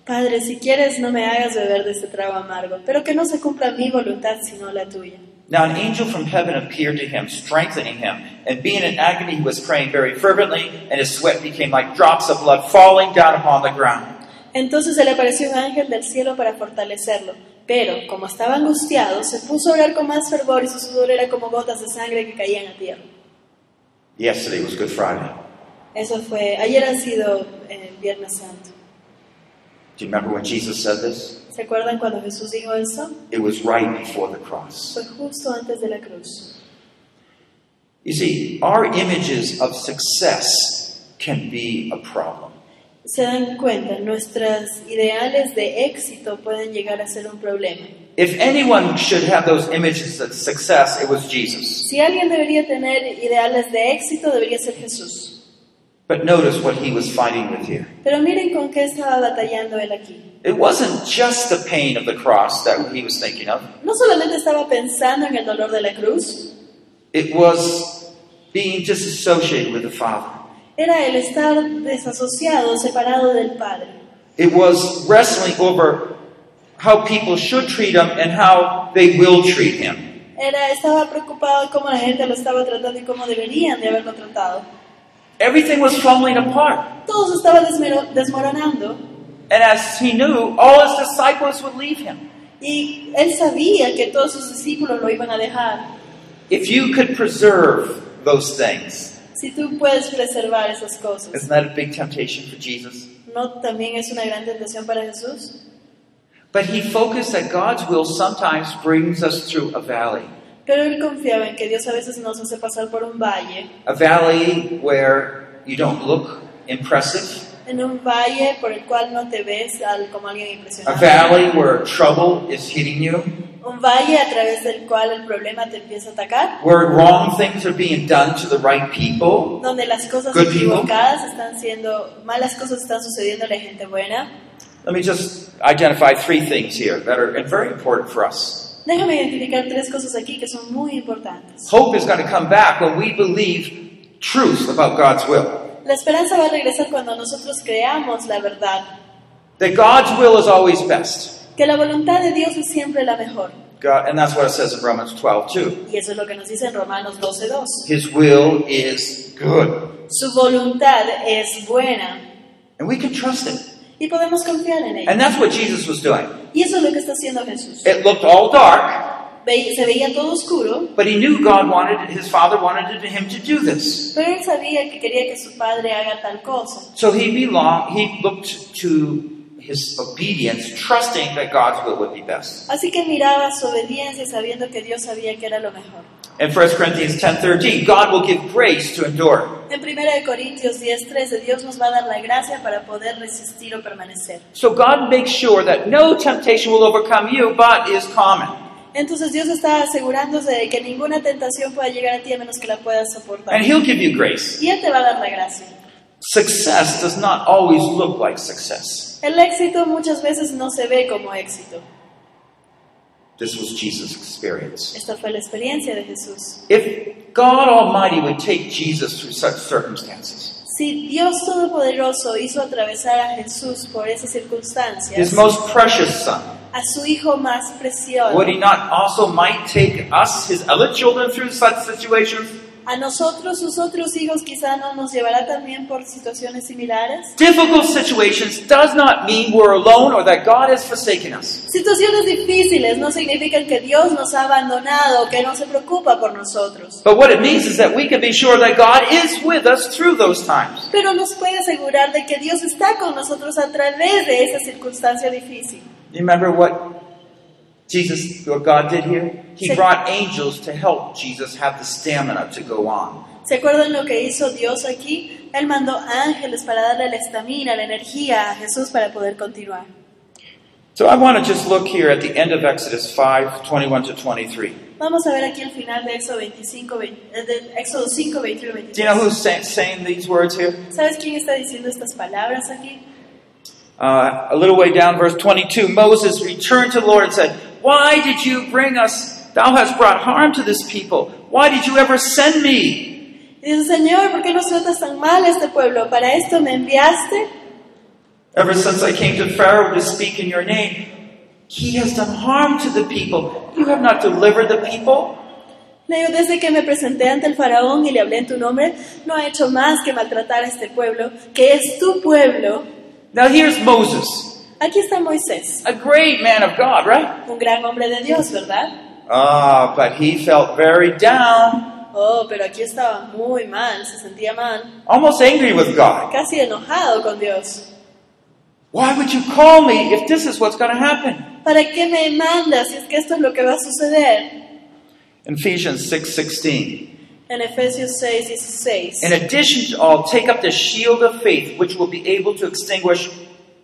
B: Padre, si quieres no me hagas beber de este trago amargo, pero que no se cumpla mi voluntad sino la tuya.
C: Now an angel from heaven appeared to him, strengthening him. And being in agony, he was praying very fervently, and his sweat became like drops of blood falling down upon the ground.
B: Entonces se le apareció un ángel del cielo para fortalecerlo. Pero como estaba angustiado, se puso a orar con más fervor y su sudor era como gotas de sangre que caían a tierra.
C: Yesterday was Good Friday.
B: Eso fue, ayer ha sido eh, Viernes Santo.
C: Do you remember when Jesus said this?
B: ¿Se acuerdan cuando Jesús dijo eso?
C: It was right before the cross.
B: Fue justo antes de la cruz.
C: You see, our images of success can be a problem.
B: Se dan cuenta, nuestras ideales de éxito pueden llegar a ser un problema.
C: If anyone should have those images of success, it was Jesus.
B: Si alguien debería tener ideales de éxito, debería ser Jesús.
C: But notice what he was fighting with here.
B: Pero miren con qué estaba batallando él aquí.
C: It wasn't just the pain of the cross that he was thinking of,
B: No solamente estaba pensando en el dolor de la cruz,
C: it was being disassociated with the Father.
B: era el estar desasociado, separado del Padre.
C: It was wrestling over how people should treat him and how they will treat him.
B: Era, estaba preocupado cómo la gente lo estaba tratando y cómo deberían de haberlo tratado.
C: Everything was falling apart.
B: Todo se estaba desmero- desmoronando
C: And as he knew, all his disciples would leave him.
B: y él sabía que todos sus discípulos lo iban a dejar.
C: If you could preserve those things,
B: Si tú puedes preservar esas cosas,
C: isn't that a big temptation for Jesus?
B: ¿no también es una gran tentación para Jesús?
C: But he focused that God's will sometimes brings us through a valley,
B: Pero él confiaba en que Dios a veces nos hace pasar por un valle,
C: a valley where you don't look impressive,
B: en un valle por el cual no te ves al- como alguien
C: a
B: impresionante.
C: valley where trouble is hitting you,
B: Un valle a través del cual el problema te empieza a atacar,
C: where wrong things are being done to the right people,
B: donde las cosas
C: Good people.
B: equivocadas están siendo, malas cosas están sucediendo a la gente buena.
C: Let me just identify three things here that are very important for us.
B: Déjame identificar tres cosas aquí que son muy importantes.
C: Hope is going to come back when we believe truth about God's will.
B: La esperanza va a regresar cuando nosotros creamos la verdad,
C: That God's will is always best.
B: que la voluntad de Dios es siempre la mejor.
C: God, and that's what it says in Romans 12, too.
B: Y eso es lo que nos dice en Romanos 12.2.
C: His will is good.
B: Su voluntad es buena
C: And we can trust it.
B: y podemos confiar en ella.
C: And that's what Jesus was doing.
B: Y eso es lo que está haciendo Jesús.
C: It looked all dark,
B: Ve- Se veía todo oscuro,
C: but he knew God wanted, his father wanted him to do this.
B: pero él sabía que quería que su padre haga tal cosa.
C: So he belonged, he looked to his obedience, trusting that God's will would be best.
B: Así que miraba su obediencia sabiendo que Dios sabía que era lo mejor.
C: In 1 Corinthians 10:13, God will give grace to endure.
B: En 1 de Corintios 10:13, Dios nos va a dar la gracia para poder resistir o permanecer.
C: So God makes sure that no temptation will overcome you, but is common.
B: Entonces Dios está asegurándose de que ninguna tentación pueda llegar a ti a menos que la puedas soportar.
C: And he'll give you grace.
B: Y Él te va a dar la gracia.
C: Success does not always look like success.
B: El éxito muchas veces no se ve como éxito.
C: This was Jesus' experience.
B: Esta fue la experiencia de Jesús.
C: If God Almighty would take Jesus through such circumstances,
B: Si Dios Todopoderoso hizo atravesar a Jesús por esas circunstancias,
C: his most precious son,
B: a su Hijo más precioso,
C: would he not also might take us, his other children, through such situations?
B: A nosotros, sus otros hijos, quizá no nos llevará también por situaciones similares.
C: Difficult situations does not mean we're alone or that God has forsaken us.
B: Situaciones difíciles no significan que Dios nos ha abandonado, que no se preocupa por nosotros.
C: But what it means is that we can be sure that God is with us through those times.
B: Pero nos puede asegurar de que Dios está con nosotros a través de esa circunstancia difícil.
C: You remember what Jesus, what God did here? He
B: Sí.
C: brought angels to help Jesus have the stamina to go on.
B: ¿Se acuerdan lo que hizo Dios aquí? Él mandó ángeles para darle la estamina, la energía a Jesús para poder continuar.
C: So I want to just look here at the end of Exodus 5, 21 to 23.
B: Vamos a ver aquí el final de Éxodo 25, veinte- eh, de Éxodo 5, 21
C: Do you know
B: 22.
C: who's saying, saying these words here?
B: ¿Sabes quién está diciendo estas palabras aquí?
C: Uh, a little way down, verse 22, Moses returned to the Lord and said, Why did you bring us? Thou hast brought harm to this people. Why did you ever send me?
B: Y dice, Señor, ¿por qué nos tratas tan mal a este pueblo? ¿Para esto me enviaste?
C: Ever since I came to Pharaoh to speak in your name, he has done harm to the people. You have not delivered the people.
B: Le digo, desde que me presenté ante el faraón y le hablé en tu nombre, no he hecho más que maltratar a este pueblo, que es tu pueblo.
C: Now here's Moses.
B: Aquí está Moisés,
C: A great man of God, right?
B: un gran hombre de Dios, ¿verdad?
C: Ah, but he felt very down,
B: Oh, pero aquí estaba muy mal, se sentía mal,
C: almost angry with God.
B: casi enojado con Dios.
C: Why would you call me if this is what's going to happen?
B: ¿Para qué me mandas si es que esto es lo que va a suceder?
C: In Ephesians 6:16.
B: En Efesios 6, 16.
C: In addition to all, take up the shield of faith, which will be able to extinguish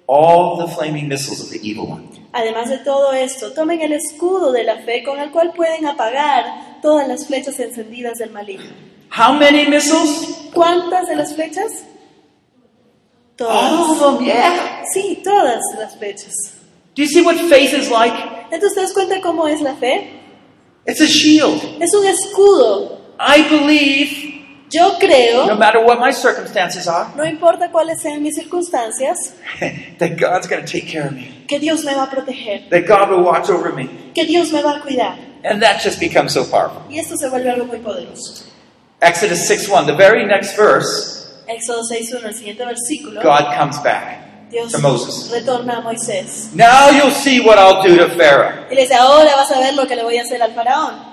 C: all the flaming missiles of the evil one.
B: Además de todo esto, tomen el escudo de la fe con el cual pueden apagar todas las flechas encendidas del maligno.
C: How many missiles?
B: ¿Cuántas de las flechas?
C: All
B: Todas. Eh,
C: of them, yeah.
B: Sí, todas las flechas.
C: Do you see what faith is like?
B: Entonces, ¿te das cuenta cómo es la fe?
C: It's a shield.
B: Es un escudo.
C: I believe,
B: Yo
C: no
B: creo,
C: matter what my circumstances are,
B: no importa cuáles sean mis circunstancias,
C: that God's going to take care of me,
B: que Dios me va a proteger,
C: that God will watch over me.
B: que Dios me va a cuidar.
C: And that just becomes so powerful.
B: Y esto se vuelve algo muy poderoso.
C: Exodus 6 1, the very next verse,
B: Éxodo 6.1, el siguiente versículo.
C: God comes back
B: Dios
C: to Moses.
B: retorna a Moisés.
C: Now you'll see what I'll do to Pharaoh.
B: Y le dice, ahora vas a ver lo que le voy a hacer al faraón.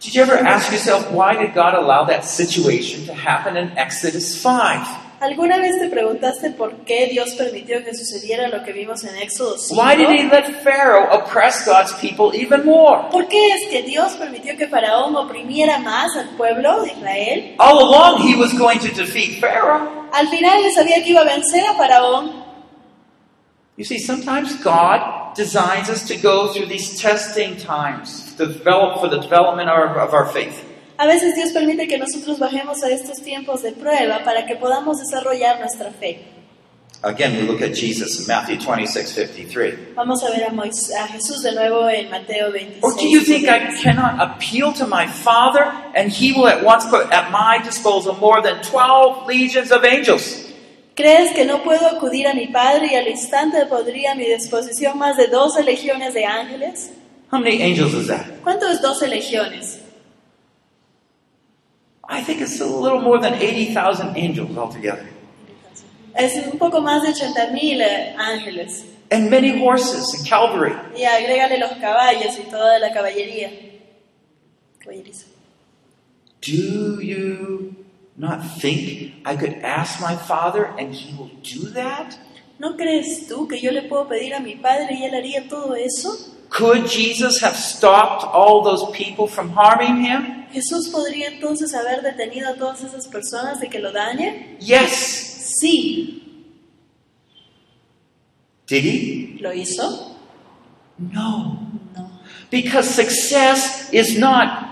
C: Did you ever ask yourself why did God allow that situation to happen in Exodus 5?
B: ¿Alguna vez te preguntaste por qué Dios permitió que sucediera lo que vimos en Éxodo 5?
C: Why did he let Pharaoh oppress God's people even more?
B: ¿Por qué es que Dios permitió que Faraón oprimiera más al pueblo de Israel?
C: All along he was going to defeat Pharaoh.
B: Al final él sabía que iba a vencer a Faraón.
C: You see, sometimes God designs us to go through these testing times to develop for the development of, of our faith.
B: A veces Dios permite que nosotros bajemos a estos tiempos de prueba para que podamos desarrollar nuestra fe.
C: Again, we look at Jesus in Matthew 26, 53.
B: Vamos a ver a, Mois- a Jesús de nuevo en Mateo 26.
C: Or do you think I cannot appeal to my Father and he will at once put at my disposal more than 12 legions of angels?
B: ¿Crees que no puedo acudir a mi Padre y al instante pondría a mi disposición más de 12 legiones de ángeles?
C: How many angels is that?
B: ¿Cuánto es 12 legiones?
C: I think it's a little more than 80,000 angels altogether.
B: Es un poco más de 80.000 eh, ángeles.
C: And many horses and cavalry.
B: Y agrégale los caballos y toda la caballería. Caballeriza.
C: Do you not think I could ask my father and he will do that?
B: ¿No crees tú que yo le puedo pedir a mi padre y él haría todo eso?
C: Could Jesus have stopped all those people from harming him?
B: ¿Jesús podría entonces haber detenido a todas esas personas de que lo dañen?
C: Yes.
B: Sí,
C: Did he?
B: lo hizo.
C: No.
B: No.
C: Because success is not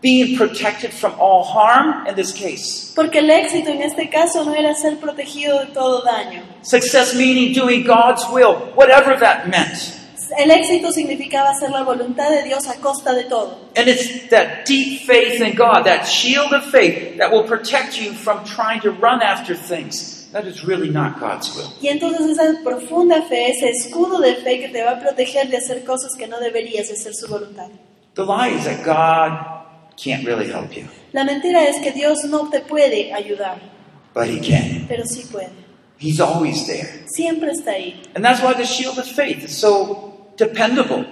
C: being protected from all harm in this case.
B: Porque el éxito en este caso no era ser protegido de todo daño.
C: Success meaning doing God's will, whatever that meant.
B: El éxito significaba hacer la voluntad de Dios a costa de todo.
C: And it's that deep faith in God, that shield of faith that will protect you from trying to run after things. That is really not God's will.
B: Y entonces esa profunda fe, ese escudo de fe que te va a proteger de hacer cosas que no deberías de hacer su voluntad.
C: The lie is that God can't really help you,
B: La mentira es que Dios no te puede ayudar,
C: but He can.
B: pero sí puede.
C: He's always there.
B: Siempre está ahí.
C: And that's why the shield of faith is so dependable.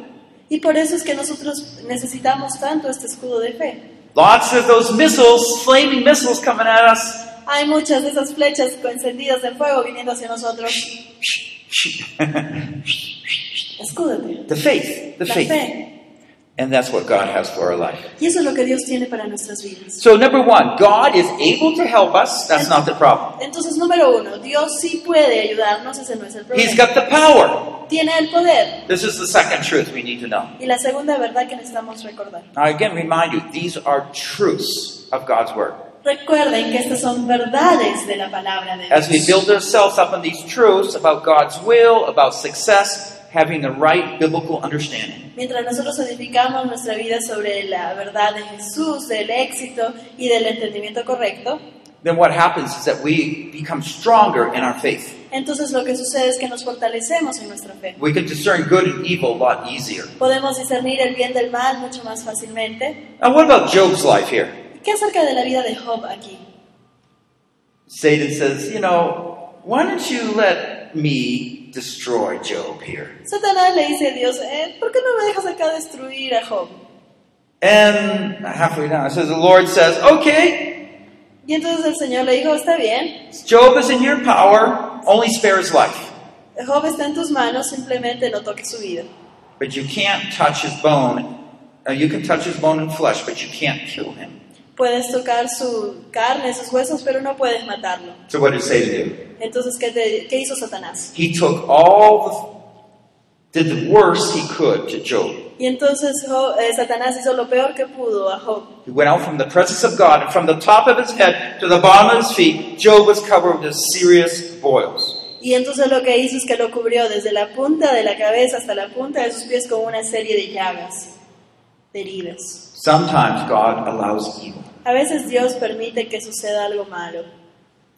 B: Y por eso es que nosotros necesitamos tanto este escudo de fe.
C: Lots of those missiles, flaming missiles coming at us.
B: Hay muchas de esas flechas encendidas de fuego viniendo hacia nosotros. Escúdate.
C: the faith, the
B: La
C: faith.
B: fe.
C: And that's what God has for our life.
B: Y eso es lo que Dios tiene para nuestras vidas.
C: So, number one, God is able to help us. That's not the problem.
B: Entonces, número uno, Dios sí puede ayudarnos, ese no es el
C: He's
B: problema.
C: got the power.
B: Tiene el poder.
C: This is the second truth we need to know.
B: Y la segunda verdad que necesitamos recordar.
C: Now, again, remind you, these are truths of God's Word.
B: Recuerden que estas son verdades de la palabra de Dios.
C: As we build ourselves up on these truths about God's will, about success, having the right biblical understanding.
B: Mientras nosotros edificamos nuestra vida sobre la verdad de Jesús, del éxito y del entendimiento correcto,
C: Then what happens is that we become stronger in our faith.
B: entonces lo que sucede es que nos fortalecemos en nuestra fe.
C: We can discern good and evil a lot easier.
B: Podemos discernir el bien del mal mucho más fácilmente.
C: Now, what about Job's life here?
B: ¿Qué acerca de la vida de Job aquí?
C: Satan says, You know, why don't you let me me destroy Job here.
B: Satanás le dice a Dios, "Eh, ¿por qué no me dejas acá destruir a Job?
C: And halfway down, it says, The Lord says, Okay,
B: Y entonces el Señor le dijo, está bien,
C: Job is in your power, only spare his life.
B: Job está en tus manos, simplemente no toques su vida.
C: But you can't touch his bone. Uh, you can touch his bone and flesh, but you can't kill him.
B: Puedes tocar su carne, sus huesos, pero no puedes matarlo.
C: So, what did Satan do?
B: Entonces, ¿qué, te- qué hizo Satanás?
C: He took all the, did the worst he could to Job.
B: Y entonces Jo- eh, Satanás hizo lo peor que pudo a Job.
C: He went out from the presence of God, and from the top of his head to the bottom of his feet, Job was covered with serious boils.
B: Y entonces lo que hizo es que lo cubrió desde la punta de la cabeza hasta la punta de sus pies con una serie de llagas, de heridas.
C: Sometimes God allows evil,
B: A veces Dios permite que suceda algo malo.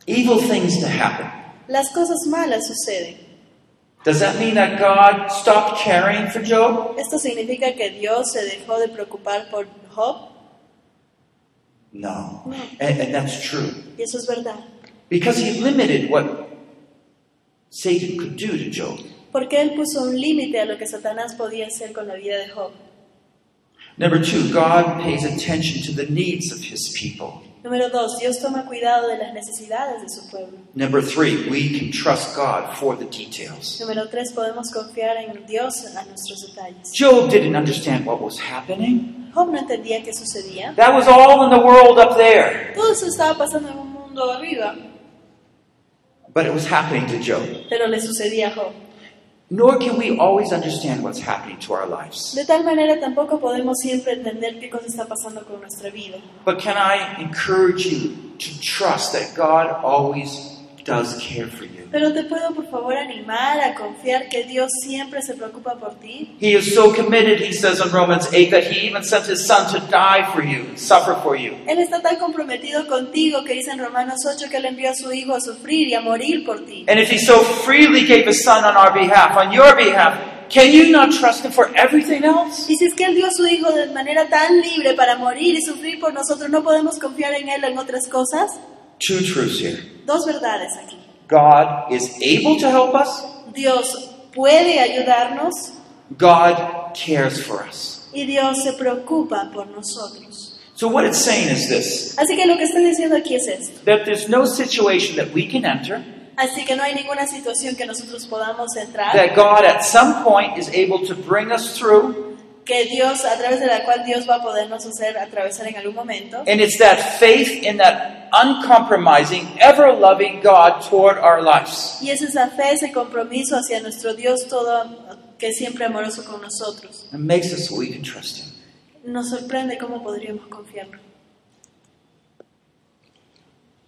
C: evil things to happen.
B: Las cosas malas suceden.
C: Does that mean that God stopped caring for Job?
B: ¿Esto significa que Dios se dejó de preocupar por Job?
C: No. And, and that's true.
B: Y eso es verdad.
C: Because he limited what Satan could do to Job.
B: Porque Él puso un límite a lo que Satanás podía hacer con la vida de Job.
C: Number two, God pays attention to the needs of his people.
B: Número dos, Dios toma cuidado de las necesidades de su pueblo.
C: Number three, we can trust God for the details.
B: Número tres, podemos confiar en Dios a nuestros detalles.
C: Job didn't understand what was happening.
B: Job no entendía qué sucedía.
C: That was all in the world up there.
B: Todo eso estaba pasando en un mundo arriba,
C: But it was happening to Job.
B: pero le sucedía a Job.
C: Nor can we always understand what's happening to our lives.
B: De tal manera tampoco podemos siempre entender qué cosa está pasando con nuestra vida.
C: But can I encourage you to trust that God always does care for you?
B: Pero te puedo por favor animar a confiar que Dios siempre se preocupa por ti.
C: He is so committed, he says in Romans 8, that he even sent his son to die for you, suffer for you.
B: Él está tan comprometido contigo que dice en Romanos 8 que Él envió a su Hijo a sufrir y a morir por ti.
C: And if he so freely gave his son on our behalf, on your behalf, can you not trust him for everything else?
B: Y si es que Él dio a su Hijo de manera tan libre para morir y sufrir por nosotros, ¿no podemos confiar en Él en otras cosas?
C: Two truths here
B: Dos verdades aquí.
C: God is able to help us,
B: Dios puede ayudarnos
C: God cares for us.
B: y Dios se preocupa por nosotros.
C: So, what it's saying is this
B: Así que lo que estoy diciendo aquí es esto.
C: that there's no situation that we can enter
B: Así que no hay ninguna situación que nosotros podamos entrar,
C: that God at some point is able to bring us through,
B: que Dios, a través de la cual Dios va a podernos hacer atravesar en algún momento.
C: and it's that faith in that uncompromising, ever loving God toward our lives.
B: Y es esa fe, ese compromiso hacia nuestro Dios todo que es siempre amoroso con nosotros.
C: It makes us so we can trust Him.
B: Nos sorprende cómo podríamos confiarnos.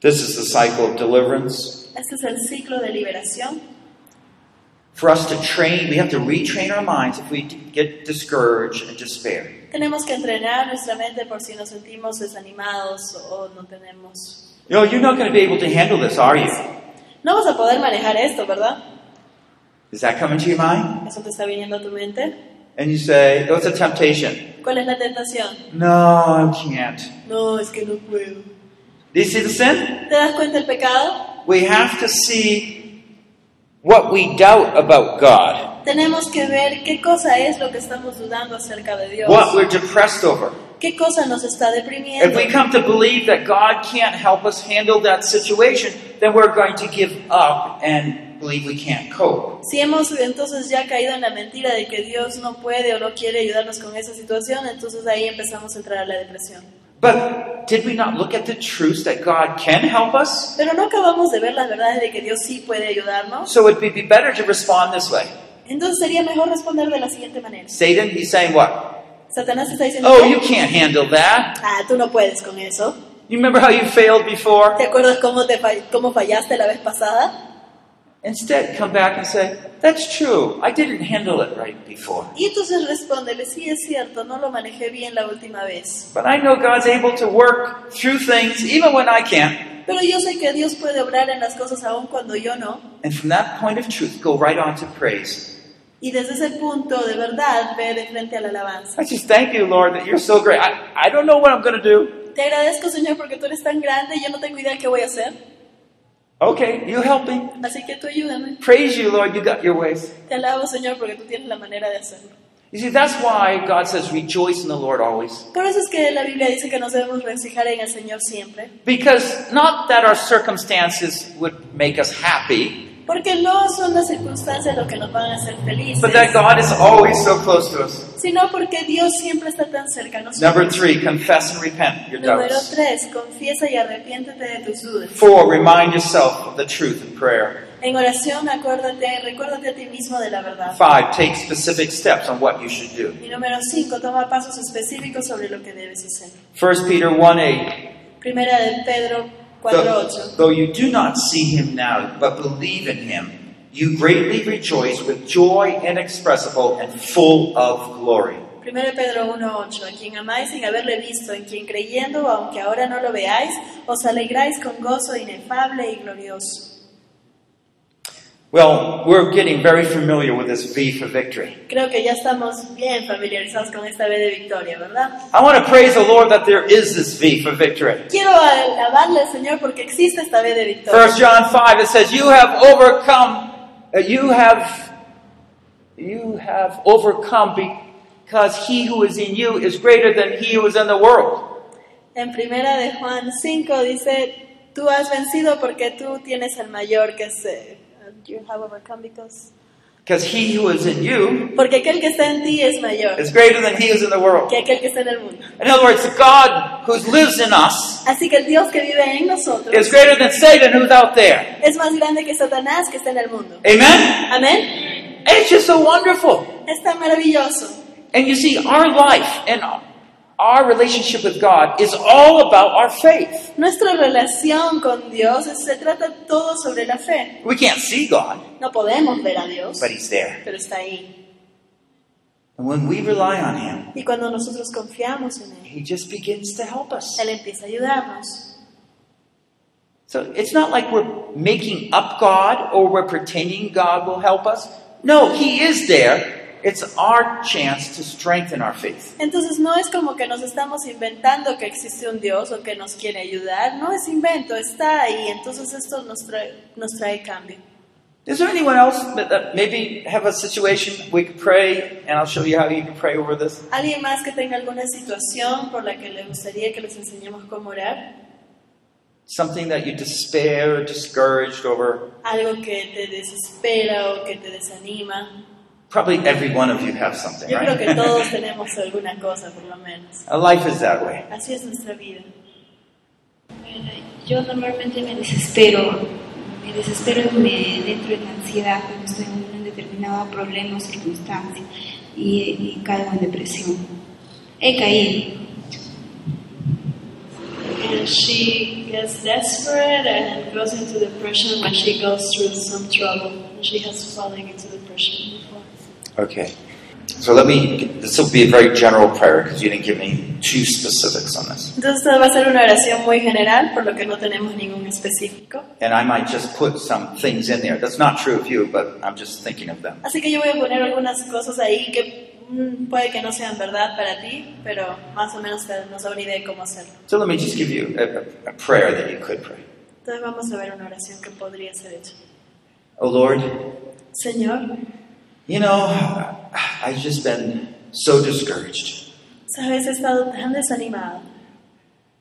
C: This is the cycle of deliverance.
B: Este es el ciclo de liberación.
C: For us to train, we have to retrain our minds if we get discouraged and despair.
B: Tenemos que entrenar nuestra mente por si nos sentimos desanimados o no tenemos...
C: You know, you're not going to be able to handle this, are you?
B: No vas a poder manejar esto, ¿verdad?
C: Is that coming to your mind?
B: Eso te está viniendo a tu mente.
C: And you say, oh, it's a temptation.
B: ¿Cuál es la tentación?
C: No, I can't.
B: No, es que no puedo.
C: Do you see the sin?
B: ¿Te das cuenta el pecado?
C: We have to see what we doubt about God,
B: Tenemos que ver qué cosa es lo que estamos dudando acerca de Dios.
C: what we're depressed over.
B: ¿Qué cosa nos está
C: If
B: deprimiendo?
C: we come to believe that God can't help us handle that situation, then we're going to give up and believe we can't cope.
B: Si hemos entonces ya caído en la mentira de que Dios no puede o no quiere ayudarnos con esa situación, entonces ahí empezamos a entrar a la depresión.
C: But did we not look at the truth that God can help us?
B: Pero no acabamos de ver las verdades de que Dios sí puede ayudarnos.
C: So it would be better to respond this way.
B: Entonces sería mejor responder de la siguiente manera.
C: Satan, he's saying what?
B: Satanás te está diciendo,
C: Oh,
B: ¿qué?
C: you can't handle that.
B: ah, tú no puedes con eso.
C: You remember how you failed before?
B: ¿Te acuerdas cómo, te fall- cómo fallaste la vez pasada?
C: Instead, come back and say, That's true. I didn't handle it right before.
B: Y entonces respóndele, sí es cierto, no lo manejé bien la última vez.
C: But I know God's able to work through things even when I can't.
B: Pero yo sé que Dios puede obrar en las cosas aun cuando yo no.
C: And from that point of truth, go right on to praise.
B: Y desde ese punto, de verdad, ve de frente a la alabanza.
C: I just thank you, Lord, that you're so great. I, I don't know what I'm going to do,
B: Te agradezco, Señor, porque tú eres tan grande y yo no tengo idea qué voy a hacer.
C: Okay, you help me.
B: Así que tú ayúdame.
C: Praise you, Lord, you got your ways.
B: Te alabo, Señor, porque tú tienes la manera de hacerlo.
C: You see, that's why God says, rejoice in the Lord always.
B: Por eso es que la Biblia dice que nos debemos regocijar en el Señor siempre.
C: Because not that our circumstances would make us happy,
B: Porque no son las circunstancias lo que nos van a hacer felices,
C: but that God is always so close to us.
B: sino porque Dios siempre está tan cerca a nosotros.
C: Number three, confess and repent your
B: Número
C: doubts.
B: 3. Confiesa y arrepiéntete de tus dudas.
C: Four, remind yourself of the truth in prayer.
B: En oración, acuérdate, recuérdate a ti mismo de la verdad.
C: Five, take specific steps on what you should do.
B: Y número 5. Toma pasos específicos sobre lo que debes hacer.
C: 1 Peter 1 8.
B: Primera de Pedro
C: Though,
B: 4.8.
C: though you do not see him now, but believe in him, you greatly rejoice with joy inexpressible and full of glory.
B: Primera de Pedro 1.8. A quien amáis sin haberle visto, en quien creyendo, aunque ahora no lo veáis, os alegráis con gozo inefable y glorioso.
C: Well, we're getting very familiar with this V for victory.
B: Creo que ya estamos bien familiarizados con esta B de victoria, ¿verdad?
C: I want to praise the Lord that there is this V for victory.
B: Quiero alabarle al Señor porque existe esta B de victoria.
C: 1 John 5, it says, You have overcome, uh, you have, you have overcome because he who is in you is greater than he who is in the world.
B: En primera de Juan 5 dice, tú has vencido porque tú tienes al mayor que es... eh, you have overcome because-
C: Because he who is in you
B: Porque aquel que está en ti es mayor
C: is greater than he who is in the world.
B: que aquel que está en el mundo.
C: In other words, God who lives in us
B: Así que el Dios que vive en nosotros
C: is greater than Satan who's out there.
B: es más grande que Satanás que está en el mundo.
C: Amen?
B: Amén.
C: And it's just so wonderful.
B: Es tan maravilloso.
C: And you see, our life and our relationship with God is all about our faith.
B: Nuestra relación con Dios es- se trata todo sobre la fe.
C: We can't see God,
B: No podemos ver a Dios,
C: but He's there.
B: pero está ahí.
C: And when we rely on Him,
B: Y cuando nosotros confiamos en Él,
C: He just begins to help us.
B: Él empieza a ayudarnos.
C: So it's not like we're making up God or we're pretending God will help us. No, He is there. It's our chance to strengthen our faith.
B: Entonces no es como que nos estamos inventando que existe un Dios o que nos quiere ayudar, no es invento, está ahí, entonces esto nos trae, nos trae cambio.
C: Is there anyone else that, that maybe have a situation we could pray, and I'll show you how you can pray over this?
B: ¿Alguien más que tenga alguna situación por la que le gustaría que les enseñemos cómo orar?
C: Something that you despair or discouraged over.
B: Algo que te desespera o que te desanima.
C: Probably every one of you have something,
B: Yo creo que
C: right?
B: todos tenemos alguna cosa, por lo menos.
C: Life is that way.
B: Así es nuestra vida.
D: Bueno, Yo normalmente me desespero, me desespero y me entro en ansiedad cuando estoy en un determinado problema o circunstancia y, y caigo en depresión. He caído.
E: And she gets desperate and goes into depression when she goes through some trouble. She has fallen into depression before.
C: Okay. So let me, this will be a very general prayer because you didn't give me too specifics on this.
B: Entonces esta va a ser una oración muy general, por lo que no tenemos ningún específico.
C: And I might just put some things in there. That's not true of you, but I'm just thinking of them.
B: Así que yo voy a poner algunas cosas ahí que mm, puede que no sean verdad para ti, pero más o menos te- nos da una idea de cómo hacerlo.
C: So let me just give you a, a- a prayer that you could pray.
B: Entonces vamos a ver una oración que podría ser hecha.
C: Oh Lord,
B: Señor,
C: you know, I've just been so discouraged.
B: sabes, he estado tan desanimado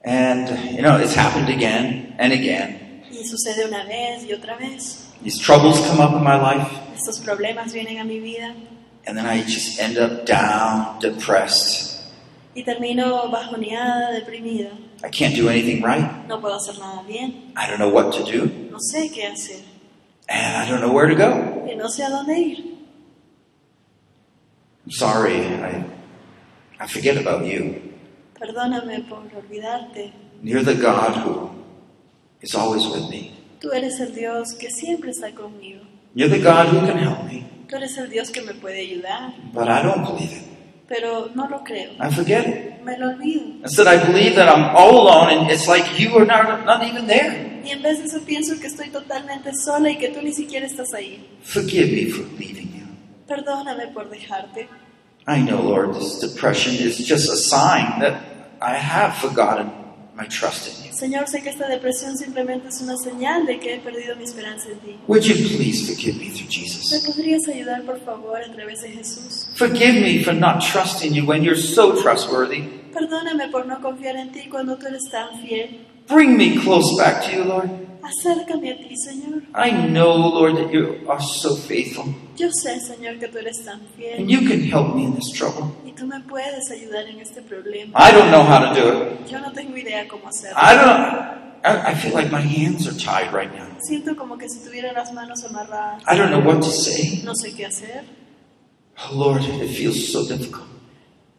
C: And, you know, it's happened again and again.
B: y sucede una vez y otra vez.
C: These troubles come up in my life.
B: Estos problemas vienen a mi vida
C: And then I just end up down, depressed.
B: y termino bajoneada, deprimida.
C: I can't do anything right.
B: No puedo hacer nada bien,
C: I don't know what to do.
B: no sé qué hacer
C: And I don't know where to go.
B: y no sé a dónde ir.
C: I'm sorry. I, I forget about you.
B: Perdóname por olvidarte.
C: You're the God who is always with me.
B: Tú eres el Dios que siempre está conmigo.
C: You're the God who can help me.
B: Tú eres el Dios que me puede ayudar.
C: But I don't believe it.
B: pero no lo creo,
C: I forget it.
B: me lo olvido.
C: Instead, I believe that I'm all alone and it's like you are not, not even there.
B: Y en vez de eso pienso que estoy totalmente sola y que tú ni siquiera estás ahí.
C: Forgive me for leaving you.
B: Perdóname por dejarte.
C: I know, Lord, this depression is just a sign that I have forgotten my trust in you.
B: Señor, sé que esta depresión simplemente es una señal de que he perdido mi esperanza en ti.
C: Would you please forgive me through
B: ¿Me
C: Jesus?
B: podrías ayudar, por favor, a través de Jesús?
C: Forgive me for not trusting you when you're so trustworthy.
B: Perdóname por no confiar en ti cuando tú eres tan fiel.
C: Bring me close back to you, Lord.
B: Acércame a ti, Señor.
C: I know, Lord, that you are so faithful
B: Yo sé, Señor, que tú eres tan fiel
C: and you can help me in this trouble.
B: y tú me puedes ayudar en este problema.
C: I don't know how to do it.
B: Yo no tengo idea cómo hacerlo.
C: I don't. I, I feel like my hands are tied right now.
B: Siento como que si tuviera las manos amarradas.
C: I don't know what to say.
B: No sé qué hacer.
C: Oh, Lord, it feels so difficult.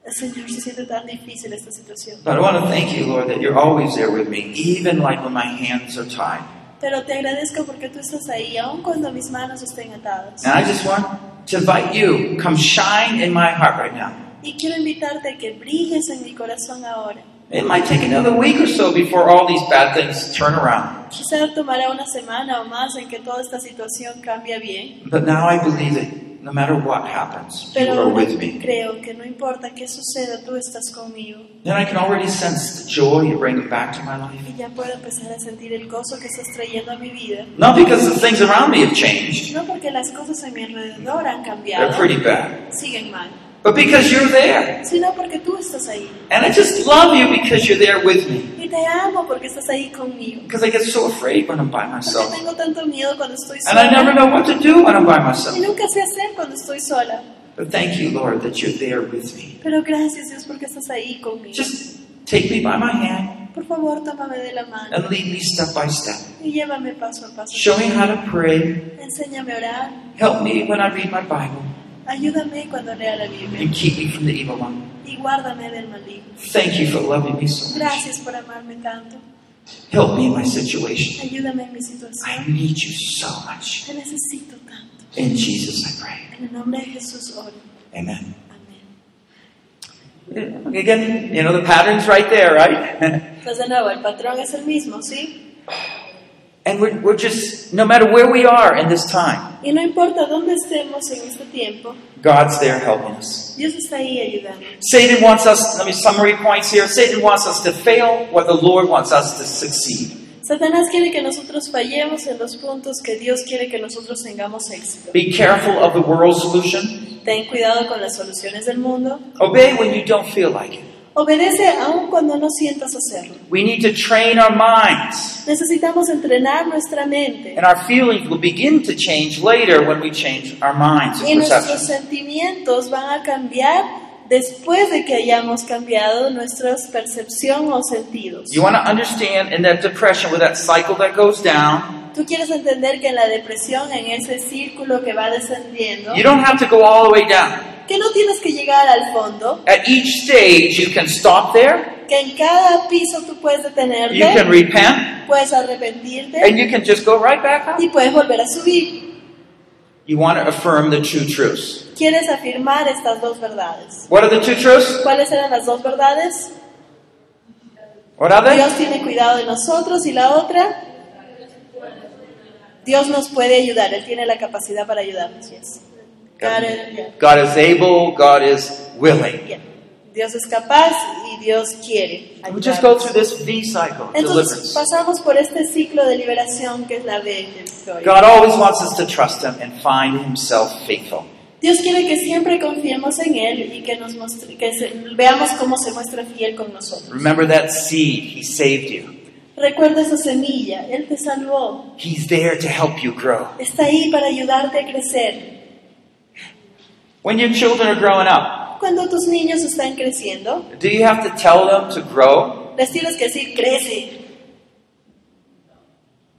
B: Señor, se siente tan difícil esta situación.
C: But I want to thank you, Lord, that you're always there with me, even like when my hands are tied.
B: Pero te agradezco porque tú estás ahí, aun cuando mis manos estén atadas.
C: And I just want to invite you, come shine in my heart right now.
B: Y quiero invitarte a que brilles en mi corazón ahora.
C: It might take another week or so before all these bad things turn around.
B: Quizá tomará una semana o más en que toda esta situación cambie a bien,
C: But now I believe that no matter what happens, you
B: pero
C: are
B: ahora
C: with me.
B: creo que no importa qué suceda, tú estás conmigo.
C: Then I can already sense the joy you're bringing back to my life.
B: Y ya puedo empezar a sentir el gozo que estás trayendo a mi vida.
C: Not because the things around me have changed,
B: No porque las cosas a mi alrededor han
C: they're
B: cambiado,
C: pretty bad,
B: siguen mal,
C: but because you're there.
B: sino porque tú estás ahí.
C: And I just love you because you're there with me.
B: Y te amo porque estás ahí conmigo.
C: Because I get so afraid when I'm by
B: Porque
C: myself.
B: tengo tanto miedo cuando estoy
C: And I
B: sola.
C: never know what to do when I'm by
B: Y
C: myself.
B: nunca sé hacer cuando estoy sola.
C: But thank you, Lord, that you're there with me.
B: Pero gracias Dios porque estás ahí conmigo.
C: Just take me by my hand
B: Por favor, tómame de la mano
C: and lead me step by step.
B: y llévame paso a paso.
C: Show me how to pray.
B: Enséñame a orar.
C: Help me when I read my Bible.
B: Ayúdame cuando lea la Biblia
C: And keep me from the evil one.
B: y guárdame del maligno.
C: Thank you for loving me so much.
B: Gracias por amarme tanto.
C: Help me in my situation.
B: Ayúdame en mi
C: I
B: situación.
C: need you so much.
B: Te necesito tanto.
C: In Jesus I pray.
B: En el nombre de Jesús oro.
C: Amen.
B: Amén.
C: Again, you know the pattern's right there, right?
B: Pues de nuevo, el patrón es el mismo, ¿sí?
C: and we're, we're just, no matter where we are in this time,
B: Y no importa dónde estemos en este tiempo,
C: God's there helping us.
B: Dios está ahí ayudándonos.
C: Satan wants us, let me summary points here. Satan wants us to fail where the Lord wants us to succeed.
B: Satanás quiere que nosotros fallemos en los puntos que Dios quiere que nosotros tengamos éxito.
C: Be careful of the world's solution.
B: Ten cuidado con las soluciones del mundo.
C: Obey when you don't feel like it.
B: Obedece aun cuando no sientas hacerlo.
C: We need to train our minds,
B: Necesitamos entrenar nuestra mente
C: and our feelings will begin to change later when we change our minds
B: y
C: and
B: nuestros
C: perceptions.
B: sentimientos van a cambiar después de que hayamos cambiado nuestra percepción o sentidos.
C: You want to understand in that depression with that cycle that goes down,
B: Tú quieres entender que en la depresión, en ese círculo que va descendiendo,
C: you don't have to go all the way down.
B: que no tienes que llegar al fondo,
C: At each stage, you can stop there,
B: que en cada piso tú puedes
C: you can
B: detenerte,
C: repent,
B: puedes arrepentirte
C: and you can just go right back up.
B: y puedes volver a subir.
C: You want to affirm the two truths.
B: Quieres afirmar estas dos verdades.
C: What are the two truths?
B: ¿Cuáles eran las dos verdades?
C: What are they?
B: Dios tiene cuidado de nosotros y la otra, Dios nos puede ayudar, Él tiene la capacidad para ayudarnos. yes. God is- yeah,
C: God is able, God is willing.
B: yeah. Dios es capaz y Dios quiere.
C: We just go
B: ayudarnos.
C: through this V cycle,
B: Entonces
C: deliverance.
B: pasamos por este ciclo de liberación que es la de de victoria.
C: God always wants us to trust Him and find Himself faithful.
B: Dios quiere que siempre confiemos en Él y que, nos muestre- que se- veamos cómo se muestra fiel con nosotros.
C: Remember that seed, He saved you.
B: Recuerda esa semilla, Él te salvó,
C: He's there to help you grow.
B: está ahí para ayudarte a crecer.
C: When your children are growing up,
B: Cuando tus niños están creciendo,
C: do you have to tell them to grow?
B: les tienes que decir, crece.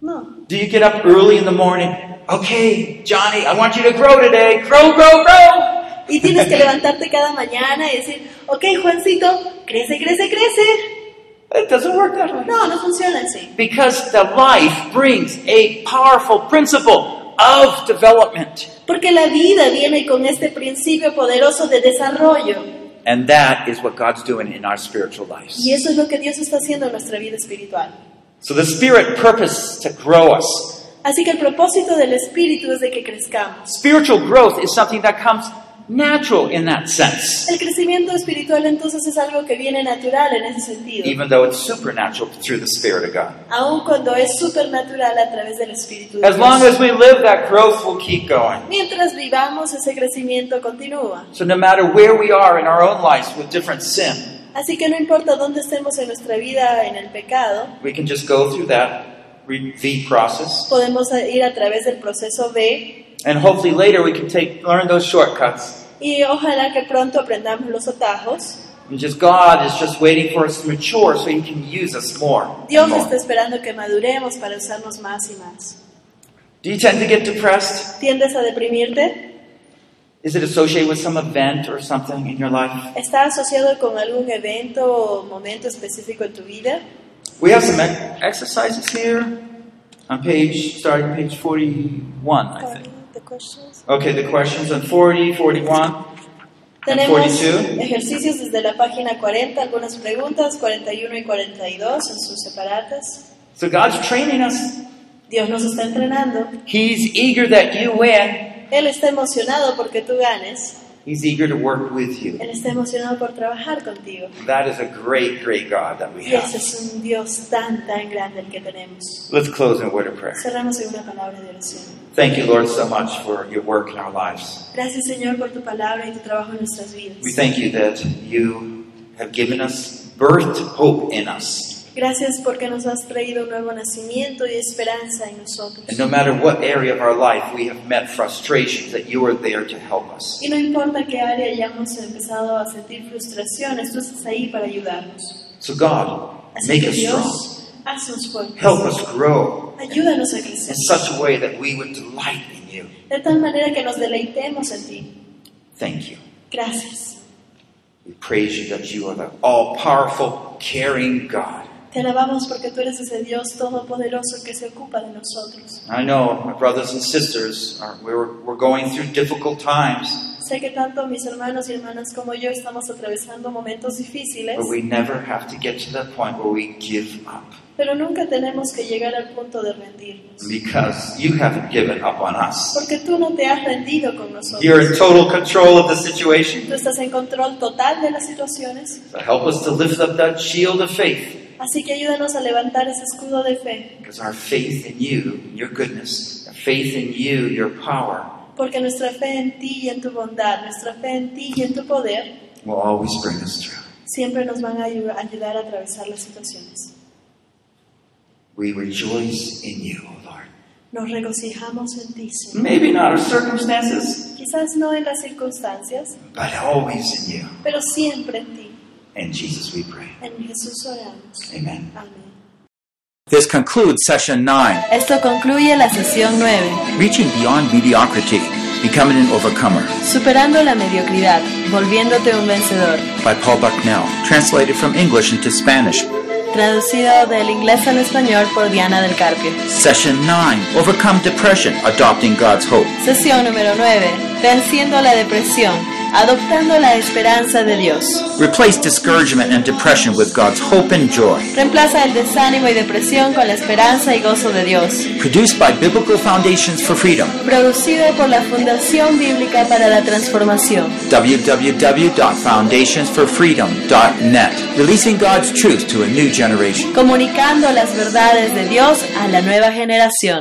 B: No.
C: Do you get up early in the morning? Okay, Johnny, I want you to grow today. Grow, grow, grow.
B: Y tienes que levantarte cada mañana y decir, ok, Juancito, crece, crece, crece.
C: It doesn't work that way.
B: No, no funciona así.
C: Because the life brings a powerful principle of development.
B: Porque la vida viene con este principio poderoso de desarrollo.
C: And that is what God's doing in our spiritual lives.
B: Y eso es lo que Dios está haciendo en nuestra vida espiritual.
C: So the Spirit purpose to grow us.
B: Así que el propósito del Espíritu es de que crezcamos.
C: Spiritual growth is something that comes natural in that sense,
B: El crecimiento espiritual entonces es algo que viene natural en ese sentido,
C: even though it's supernatural through the Spirit of God.
B: aun cuando es supernatural a través del Espíritu de
C: As long as
B: Dios.
C: we live, that growth will keep going.
B: Mientras vivamos, ese crecimiento continúa.
C: So no matter where we are in our own lives with different sin,
B: Así que no importa dónde estemos en nuestra vida en el pecado,
C: we can just go through that re- the process,
B: podemos ir a través del proceso B
C: and hopefully later we can take learn those shortcuts.
B: y ojalá que pronto aprendamos los atajos.
C: And just God is just waiting for us to mature so He can use us more.
B: Dios
C: more.
B: está esperando que maduremos para usarnos más y más.
C: Do you tend to get depressed?
B: ¿Tiendes a deprimirte?
C: Is it associated with some event or something in your life?
B: ¿Está asociado con algún evento o momento específico en tu vida?
C: We have some ex- exercises here on page, starting page 41, I think. Okay, the questions on 40, 41.
B: Tenemos
C: 42.
B: ejercicios desde la página 40, algunas preguntas, 41 y 42 en sus separatas.
C: So God's training us.
B: Dios nos está entrenando.
C: He's eager that you win.
B: Él está emocionado porque tú ganes.
C: He's eager to work with you.
B: Él está emocionado por trabajar contigo.
C: That is a great, great God that we
B: Y ese
C: have.
B: es un Dios tan, tan grande el que tenemos.
C: Let's close in a word of prayer.
B: Cerramos en una palabra de oración.
C: Thank you, Lord, so much for your work in our lives.
B: Gracias, Señor, por tu palabra y tu trabajo en nuestras vidas.
C: We thank you that you have given us birth hope in us.
B: Gracias porque nos has traído un nuevo nacimiento y esperanza en nosotros.
C: And no matter what area of our life we have met frustrations, that you are there to help us.
B: Y no importa qué área hayamos empezado a sentir frustraciones, tú estás ahí para ayudarnos.
C: So, God,
B: Así
C: make
B: que
C: us strong.
B: Dios, haznos fuertes.
C: Help us grow
B: Ayúdanos a
C: in
B: crecer
C: such a way that we would delight in you.
B: de tal manera que nos deleitemos en ti.
C: Thank you.
B: Gracias.
C: We praise you that you are the all powerful, caring God.
B: Te alabamos porque tú eres ese Dios todopoderoso que se ocupa de nosotros.
C: I know my brothers and sisters, are, we're, we're going through difficult times,
B: Sé que tanto mis hermanos y hermanas como yo estamos atravesando momentos difíciles,
C: but we never have to get to that point where we give up
B: pero nunca tenemos que llegar al punto de rendirnos.
C: because you haven't given up on us.
B: Porque tú no te has rendido con
C: You're
B: nosotros.
C: in total control of the situation.
B: Tú estás en control total de las situaciones.
C: So help us to lift up that shield of faith,
B: Así que ayúdanos a levantar ese escudo de fe.
C: because our faith in you, your goodness, our faith in you, your power,
B: Porque nuestra fe en ti y en tu bondad, nuestra fe en ti y en tu poder,
C: will always bring us through.
B: siempre nos van a ayu- ayudar a atravesar las situaciones.
C: We rejoice in you, O Lord.
B: Nos regocijamos en ti, Señor.
C: Maybe not our circumstances,
B: Quizás no en las circunstancias,
C: but always in you.
B: pero siempre en ti.
C: In Jesus we pray.
B: En Jesús oramos.
C: Amen.
B: Amén.
A: This concludes session 9,
B: Esto concluye la sesión 9,
A: reaching beyond mediocrity, becoming an overcomer
B: Superando la Mediocridad, Volviéndote un Vencedor,
A: by Paul Bucknell, translated from English into Spanish.
B: traducido del inglés al español por Diana del Carpio.
A: Session 9, overcome depression, adopting God's hope
B: Sesión número 9. Venciendo la depresión, adoptando la esperanza de Dios.
A: Replace discouragement and depression with God's hope and joy.
B: Reemplaza el desánimo y depresión con la esperanza y gozo de Dios.
A: Produced by Biblical Foundations for Freedom,
B: Producido por la Fundación Bíblica para la Transformación.
A: www.foundationsforfreedom.net. Releasing God's truth to a new generation.
B: Comunicando las verdades de Dios a la nueva generación.